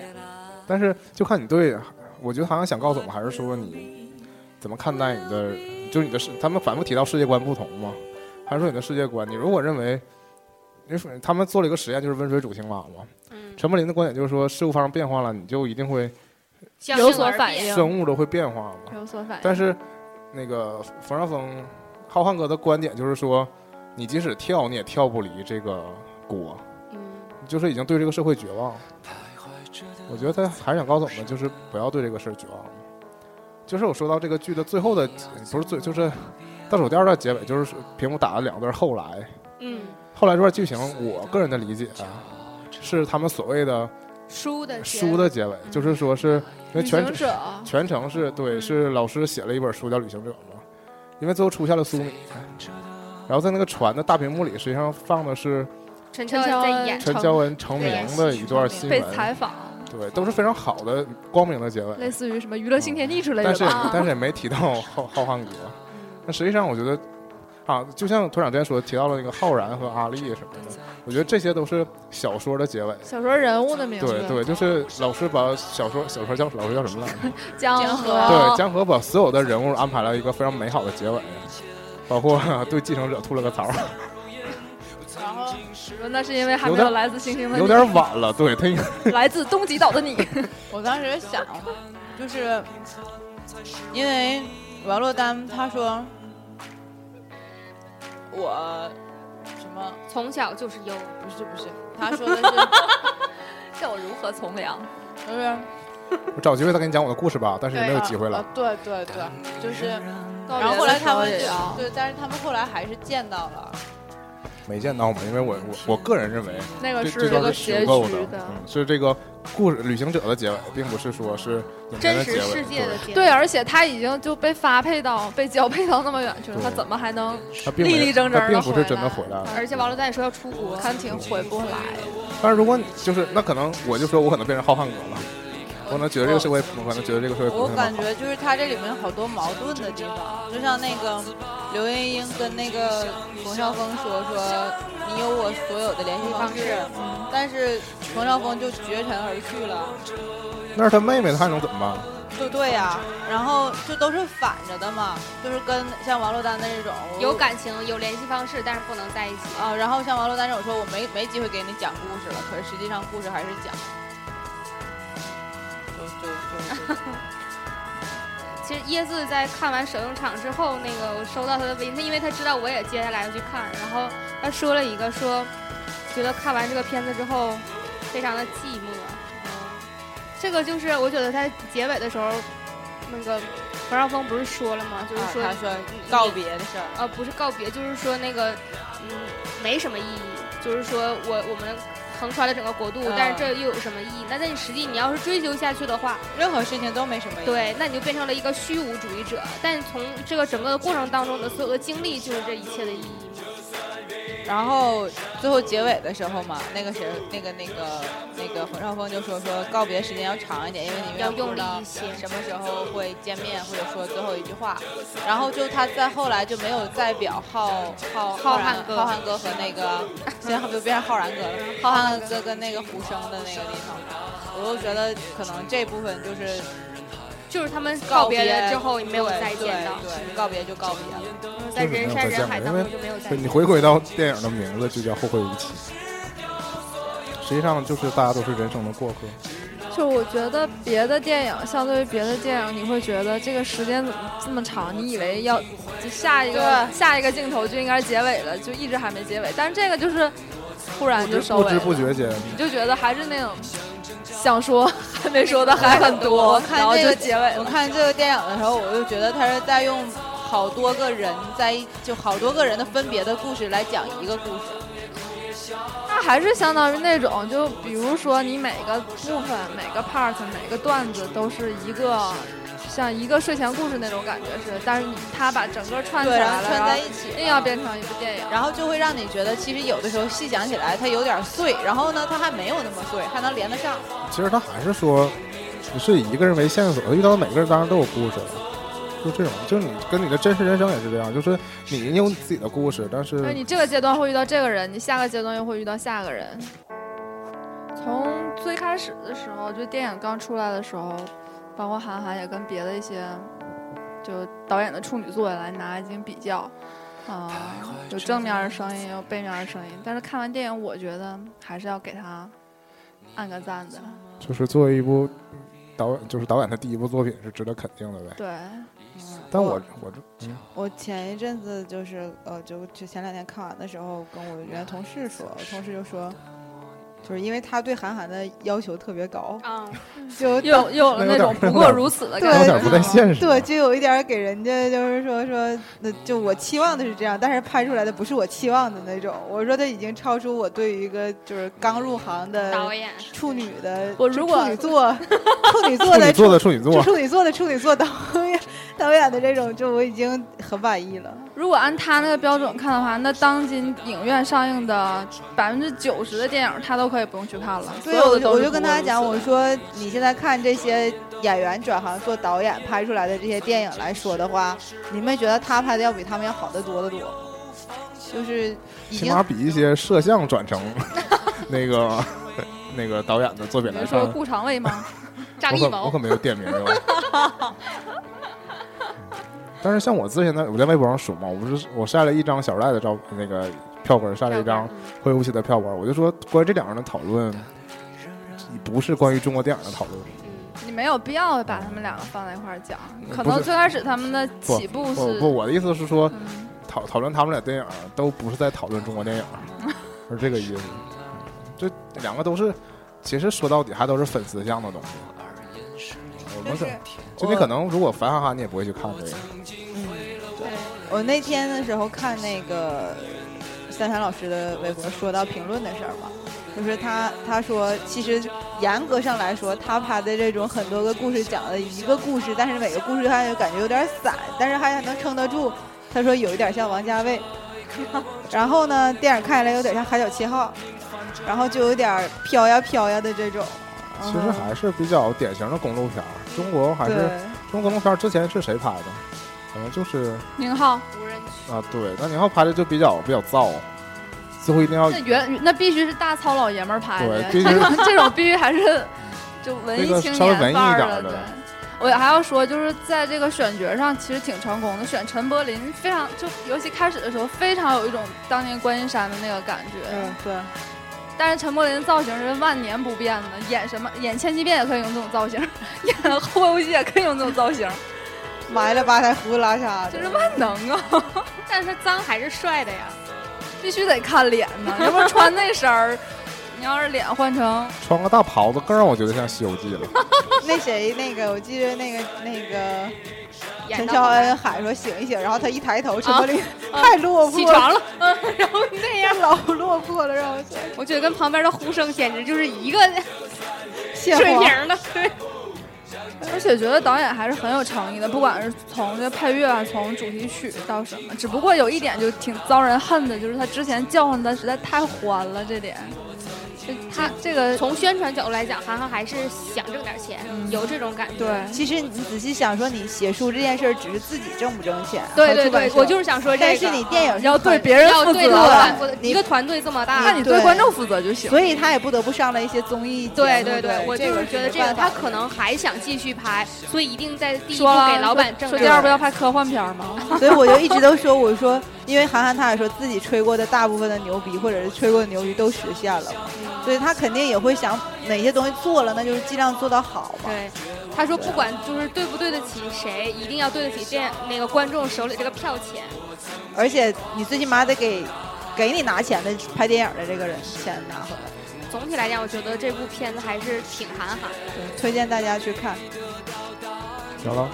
Speaker 1: 但是就看你对，我觉得好像想告诉我们，还是说你怎么看待你的，就是你的世，他们反复提到世界观不同嘛，还是说你的世界观，你如果认为，因为他们做了一个实验，就是温水煮青蛙嘛。
Speaker 10: 嗯，
Speaker 1: 陈柏霖的观点就是说，事物发生变化了，你就一定会
Speaker 10: 相
Speaker 4: 有
Speaker 10: 应
Speaker 4: 所
Speaker 10: 而
Speaker 4: 反
Speaker 10: 变
Speaker 4: 应，
Speaker 1: 生物都会变化嘛。
Speaker 4: 有所反应。
Speaker 1: 但是那个冯绍峰、浩瀚哥的观点就是说，你即使跳，你也跳不离这个锅，
Speaker 10: 嗯，
Speaker 1: 就是已经对这个社会绝望了。我觉得他还是想告诉我们，就是不要对这个事儿绝望了。就是我说到这个剧的最后的，不是最，就是倒数第二段结尾，就是屏幕打了两个字儿“后来”。
Speaker 10: 嗯，
Speaker 1: 后来这段剧情，我个人的理解啊，是他们所谓的
Speaker 10: 书的结
Speaker 1: 书的结尾，就是说是因为
Speaker 4: 旅
Speaker 1: 全
Speaker 4: 行者
Speaker 1: 全程
Speaker 4: 哦
Speaker 1: 是
Speaker 4: 嗯
Speaker 1: 对，是老师写了一本书叫《旅行者》嘛，因为最后出现了苏米，
Speaker 4: 嗯
Speaker 1: 然后在那个船的大屏幕里，实际上放的是
Speaker 10: 陈
Speaker 4: 陈
Speaker 10: 乔
Speaker 4: 乔
Speaker 10: 在
Speaker 4: 恩
Speaker 10: 演
Speaker 1: 陈乔恩成名的一段新
Speaker 4: 被
Speaker 1: 闻，
Speaker 4: 采访，
Speaker 1: 对，都是非常好的光明的结尾。
Speaker 4: 类似于什么娱乐新天地之类的
Speaker 1: 但
Speaker 4: 吧。
Speaker 1: 是也但是也没提到浩浩瀚哥。那实际上我觉得，啊，就像团长之前说提到了那个浩然和阿丽什么的，我觉得这些都是小说的结尾。
Speaker 4: 小说人物的名字，
Speaker 1: 对对，就是老师把小说小说叫老师叫什么来着？
Speaker 4: 江
Speaker 1: 对，
Speaker 4: 河，
Speaker 1: 江河把所有的人物安排了一个非常美好的结尾，包括对继承者吐了个槽，
Speaker 4: 然后那是因为还
Speaker 1: 有
Speaker 4: 没
Speaker 1: 点
Speaker 4: 有来自星星的你，
Speaker 1: 有点晚了。对他应该，
Speaker 4: 来自东极岛的 你，
Speaker 2: 我当时想，就是因为王珞丹她说我什么
Speaker 10: 从小就是优，
Speaker 2: 不是不是，她说的是
Speaker 4: 叫我如何从良，
Speaker 2: 就是
Speaker 1: 我找机会再跟你讲我的故事吧，但是也
Speaker 2: 对
Speaker 1: 没有机会了
Speaker 2: 啊。对对对，就是，
Speaker 4: 告
Speaker 2: 然后
Speaker 4: 别
Speaker 2: 后
Speaker 4: 的
Speaker 2: 来
Speaker 4: 时
Speaker 2: 他
Speaker 4: 候
Speaker 2: 们
Speaker 4: 也
Speaker 2: 就
Speaker 4: 要
Speaker 2: 对，但是他们后来还是见到了。
Speaker 1: 没见到嘛，因为我我我个人认为
Speaker 4: 那个
Speaker 1: 这
Speaker 4: 是
Speaker 1: 这
Speaker 4: 有
Speaker 1: 段
Speaker 4: 个
Speaker 1: 虚
Speaker 4: 结
Speaker 1: 构
Speaker 4: 局
Speaker 1: 的，
Speaker 4: 的
Speaker 1: 嗯，是这个故事旅行者的结尾，并不是说是影片
Speaker 10: 真
Speaker 1: 的
Speaker 10: 实
Speaker 1: 结
Speaker 10: 世
Speaker 1: 尾。
Speaker 10: 界的
Speaker 1: 对，
Speaker 10: 结
Speaker 4: 对，而且他已经就被发配到被交配到那么远去了，
Speaker 1: 对
Speaker 4: 他怎么还能
Speaker 1: 他并
Speaker 4: 立
Speaker 1: 没
Speaker 4: 立正
Speaker 1: 他
Speaker 4: 正
Speaker 1: 并
Speaker 4: 的
Speaker 1: 不是真的回来了。
Speaker 10: 而且王珞丹也说要出国，
Speaker 4: 看挺回不来的。
Speaker 1: 但是如果你就是那可能我就说我可能变成浩瀚哥了，我可能觉得这个社会，我可能觉得这个社会不
Speaker 2: 我
Speaker 1: 是那么好
Speaker 2: 感觉就是它这里面有好多矛盾的地方，就像那个刘英英跟那个冯绍峰说说你有我所有的联系方式，嗯但是冯绍峰就绝尘而去了，
Speaker 1: 那是他妹妹，他还能怎么办？啊
Speaker 2: 就对呀、然后就都是反着的嘛，就是跟像王珞丹的这种
Speaker 10: 有感情有联系方式，但是不能在一起。
Speaker 2: 啊，然后像王珞丹这种说我没没机会给你讲故事了，可是实际上故事还是讲，就就就
Speaker 10: 其实椰子在看完首映场之后，那个我收到他的微信，他因为他知道我也接下来要去看，然后他说了一个说，觉得看完这个片子之后，非常的寂寞。嗯这个就是我觉得在结尾的时候，那个冯绍峰不是说了吗？就是
Speaker 2: 啊
Speaker 10: 说、
Speaker 2: 他说告别的事儿。
Speaker 10: 呃，不是告别，就是说那个，嗯，没什么意义。就是说我我们横穿了整个国度，但
Speaker 2: 啊
Speaker 10: 是这又有什么意义？那那你实际你要是追求下去的话，
Speaker 2: 任何事情都没什么意义。
Speaker 10: 对，那你就变成了一个虚无主义者。但从这个整个的过程当中的所有的经历，就是这一切的意义。
Speaker 2: 然后最后结尾的时候嘛，那个谁，那个那个那个冯绍峰就说说告别时间要长一点，因为你们
Speaker 10: 要
Speaker 2: 也不
Speaker 10: 用
Speaker 2: 知
Speaker 10: 力
Speaker 2: 道
Speaker 10: 一些
Speaker 2: 什么时候会见面，或者说最后一句话。然后就他在后来就没有再表浩浩
Speaker 10: 浩
Speaker 2: 然
Speaker 10: 瀚哥
Speaker 2: 浩瀚哥和那个现在就变成浩 然哥了，浩瀚哥跟那个胡生的那个地方，我就觉得可能这部分就是
Speaker 10: 就是他们
Speaker 2: 告
Speaker 10: 告别了之后，也没有
Speaker 2: 对
Speaker 10: 再见到，
Speaker 2: 对，对告别就告别了。
Speaker 10: 就是在人山人海当中就没有再
Speaker 1: 对你
Speaker 10: 见。
Speaker 1: 回归到电影的名字就叫《后会无期》，实际上就是大家都是人生的过客。
Speaker 4: 就我觉得别的电影，相对于别的电影，你会觉得这个时间怎么这么长？你以为要就下一个
Speaker 2: 对
Speaker 4: 下一个镜头就应该是结尾了，就一直还没结尾。但是这个就是突然就收
Speaker 1: 不
Speaker 4: 尾
Speaker 1: 知
Speaker 4: 了，
Speaker 1: 不觉间，
Speaker 4: 你就觉得还是那种想说 还没说的还很多，
Speaker 2: 我看
Speaker 4: 然后
Speaker 2: 这
Speaker 4: 就
Speaker 2: 个
Speaker 4: 结尾
Speaker 2: 我
Speaker 4: 了。
Speaker 2: 看这个电影的时候，我就觉得他是在用好多个人在一，就好多个人的分别的故事来讲一个故事。
Speaker 4: 那还是相当于那种，就比如说你每个部分、每个 part、每个段子都是一个。像一个睡前故事那种感觉是，但是你他把整个串起
Speaker 2: 对，然
Speaker 4: 来
Speaker 2: 后
Speaker 4: 了，
Speaker 2: 串在
Speaker 4: 然后
Speaker 2: 一起，
Speaker 4: 硬要变成一部电影。
Speaker 2: 然后就会让你觉得，其实有的时候细想起来，它有点碎，然后呢，它还没有那么碎，还能连得上。
Speaker 1: 其实他还是说，你是以一个人为线索，他遇到的每个人当然都有故事，就这种，就是你跟你的真实人生也是这样，就是你有你自己的故事，但是
Speaker 4: 就是你这个阶段会遇到这个人，你下个阶段又会遇到下个人。从最开始的时候，就电影刚出来的时候，包括韩寒也跟别的一些就导演的处女作来拿进行比较，啊、有正面的声音，也有背面的声音。但是看完电影，我觉得还是要给他按个赞的。
Speaker 1: 就是作为一部导演，就是导演他第一部作品是值得肯定的呗。
Speaker 4: 对，
Speaker 1: 但我我这、嗯、
Speaker 2: 我前一阵子就是呃，就就前两天看完的时候，跟我原来同事说，我同事就说，就是因为他对韩寒的要求特别高，
Speaker 10: 啊，
Speaker 2: 就
Speaker 4: 又又有了那种不过如此的
Speaker 2: 对
Speaker 1: 有
Speaker 4: 感
Speaker 1: 点不
Speaker 4: 觉
Speaker 1: 太。现实。
Speaker 2: 对，就有一点儿给人家就是说说，那就我期望的是这样，但是拍出来的不是我期望的那种。我说他已经超出我对于一个就是刚入行
Speaker 10: 导
Speaker 2: 的
Speaker 10: 演
Speaker 2: 处女的，
Speaker 4: 我如果
Speaker 2: 处女座，处女座
Speaker 1: 处女
Speaker 2: 的
Speaker 1: 座
Speaker 2: 处
Speaker 1: 的处女座，
Speaker 2: 处女座的处女座导演导演的这种就我已经很满意了。
Speaker 4: 如果按他那个标准看的话，那当今影院上映的百分之九十的电影，他都可以不用去看了。
Speaker 2: 对，
Speaker 4: 所有
Speaker 2: 我
Speaker 4: 的
Speaker 2: 就
Speaker 4: 都
Speaker 2: 我
Speaker 4: 是
Speaker 2: 就跟
Speaker 4: 不过
Speaker 2: 他
Speaker 4: 如此
Speaker 2: 讲，
Speaker 4: 的
Speaker 2: 我说你现在看这些演员转行做导演拍出来的这些电影来说的话，你们觉得他拍的要比他们要好得多得多，就是
Speaker 1: 起
Speaker 2: 已经
Speaker 1: 码比一些摄像转成 那个那个导演的作品
Speaker 4: 比
Speaker 1: 来
Speaker 4: 如说
Speaker 1: 看，
Speaker 4: 顾长卫吗？
Speaker 1: 我可我可没有点名哟。 但是像我之前在我在微博上数嘛，我不是我晒了一张小赖的照那个票根儿，晒了一张
Speaker 4: 嗯
Speaker 1: 灰无期的票根儿，我就说关于这两个人的讨论，不是关于中国电影的讨论。
Speaker 4: 你没有必要把他们两个放在一块儿讲，可
Speaker 1: 不
Speaker 4: 能
Speaker 1: 是
Speaker 4: 最开始他们的
Speaker 1: 不
Speaker 4: 起步
Speaker 1: 不
Speaker 4: 是嗯
Speaker 1: 不，我的意思是说，讨讨论他们俩电影都不是在讨论中国电影，
Speaker 4: 嗯
Speaker 1: 是这个意思。这两个都是，其实说到底还都是粉丝向的东西。我们可就你可能如果烦哈哈，你也不会去看这个。
Speaker 2: 我那天的时候看那个三山老师的微博，说到评论的事儿嘛，就是他他说，其实严格上来说，他拍的这种很多个故事讲的一个故事，但是每个故事他就感觉有点散，但是还能撑得住。他说有一点像王家卫， 然后呢，电影看起来有点像《海角七号》，然后就有点飘呀飘呀的这种。
Speaker 1: 其实还是比较典型的公路片儿，中国还是
Speaker 2: 嗯对
Speaker 1: 中国公路片儿之前是谁拍的？可能就是
Speaker 4: 宁浩，
Speaker 1: 啊，对，那宁浩拍的就比较比较燥，似乎一定要
Speaker 4: 那原那必须是大糙老爷们儿拍的，
Speaker 1: 哦对必须
Speaker 4: 这种 这种必须 还是就文
Speaker 1: 那
Speaker 4: 艺
Speaker 1: 个
Speaker 4: 青
Speaker 1: 稍微文
Speaker 4: 年
Speaker 1: 艺
Speaker 4: 范
Speaker 1: 一
Speaker 4: 儿
Speaker 1: 点
Speaker 4: 的。
Speaker 1: 儿
Speaker 4: 对
Speaker 1: 的，
Speaker 4: 我还要说，就是在这个选角上其实挺成功的，选陈柏霖非常就尤其开始的时候非常有一种当年观音山的那个感觉。
Speaker 2: 嗯，对。
Speaker 4: 但是陈柏霖的造型是万年不变的，演什么演千机变也可以用这种造型， 演后会无期也可以用这种造 型，
Speaker 2: 埋了吧台胡子拉碴的，
Speaker 4: 就是万能啊！
Speaker 10: 但是他脏还是帅的呀。
Speaker 4: 必须得看脸呢，要不然穿那身儿，你要是脸换成
Speaker 1: 穿个大袍子，更让我觉得像《西游记》了。
Speaker 2: 那谁，那个我记得那个那个
Speaker 10: 演
Speaker 2: 陈
Speaker 10: 到
Speaker 2: 乔
Speaker 10: 后来
Speaker 2: 恩喊说醒一醒，然后他一抬头，陈柏霖
Speaker 10: 啊
Speaker 2: 太落魄，
Speaker 10: 起床了，
Speaker 2: 嗯，然后那样老落魄了，让我想
Speaker 10: 我觉得跟旁边的呼声简直就是一个
Speaker 2: 蟹
Speaker 10: 水
Speaker 2: 黄
Speaker 10: 平 的， 对。啊
Speaker 4: 而且觉得导演还是很有诚意的，不管是从这配乐啊，从主题曲到什么，只不过有一点就挺遭人恨的，就是他之前叫唤的实在太欢了，这点。就他这个
Speaker 10: 从宣传角度来讲，韩寒还是想挣点钱，有这种感觉。
Speaker 4: 对
Speaker 2: 其实你仔细想说，你写书这件事儿只是自己挣不挣钱，啊
Speaker 10: 对
Speaker 2: 和
Speaker 10: 对
Speaker 2: 出版
Speaker 10: 对
Speaker 2: 社
Speaker 10: 我就是想说这
Speaker 2: 但
Speaker 10: 个
Speaker 2: 是你电影是
Speaker 4: 要
Speaker 2: 很
Speaker 4: 对别人
Speaker 10: 要
Speaker 4: 负
Speaker 10: 对
Speaker 4: 责
Speaker 10: 老板
Speaker 4: 了，
Speaker 10: 负责，啊一个团队这么大，
Speaker 4: 那你对观众负责就行。
Speaker 2: 所以他也不得不上了一些综艺节目。
Speaker 10: 对
Speaker 2: 对
Speaker 10: 对对，我
Speaker 2: 这
Speaker 10: 就
Speaker 2: 个
Speaker 10: 是觉得
Speaker 2: 没
Speaker 10: 这个
Speaker 2: 办法
Speaker 10: 他可能还想继续拍，所以一定在第一步
Speaker 4: 说了
Speaker 10: 给老板挣
Speaker 4: 说
Speaker 10: 点
Speaker 4: 第二部
Speaker 10: 儿
Speaker 4: 要拍科幻片吗？
Speaker 2: 所以我就一直都说，我说，因为韩寒他也说自己吹过的大部分的牛逼，或者是吹过的牛逼都实现了嘛，
Speaker 10: 嗯
Speaker 2: 所以他肯定也会想哪些东西做了，那就是尽量做到好嘛。
Speaker 10: 对，他说不管就是对不对得起谁，一定要对得起电那个观众手里这个票钱。
Speaker 2: 而且你最起码得给给你拿钱的拍电影的这个人钱拿回来。
Speaker 10: 总体来讲，我觉得这部片子还是挺韩寒的。
Speaker 2: 对推荐大家去看。
Speaker 1: 行了，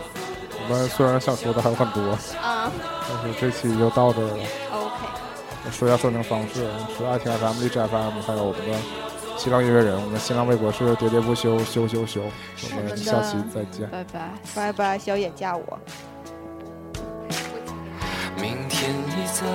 Speaker 1: 我们虽然想说的还有很多，
Speaker 10: 嗯
Speaker 1: 但是这期就到这儿了。
Speaker 10: ，OK，
Speaker 1: 说一下收听方式，除了爱听 FM、荔枝 FM，还有我们的新浪音乐人，我们的新浪微博是喋喋不休，休休休。我们下期再见。
Speaker 4: 拜拜，
Speaker 2: 拜拜，小野嫁我。
Speaker 12: 明天你在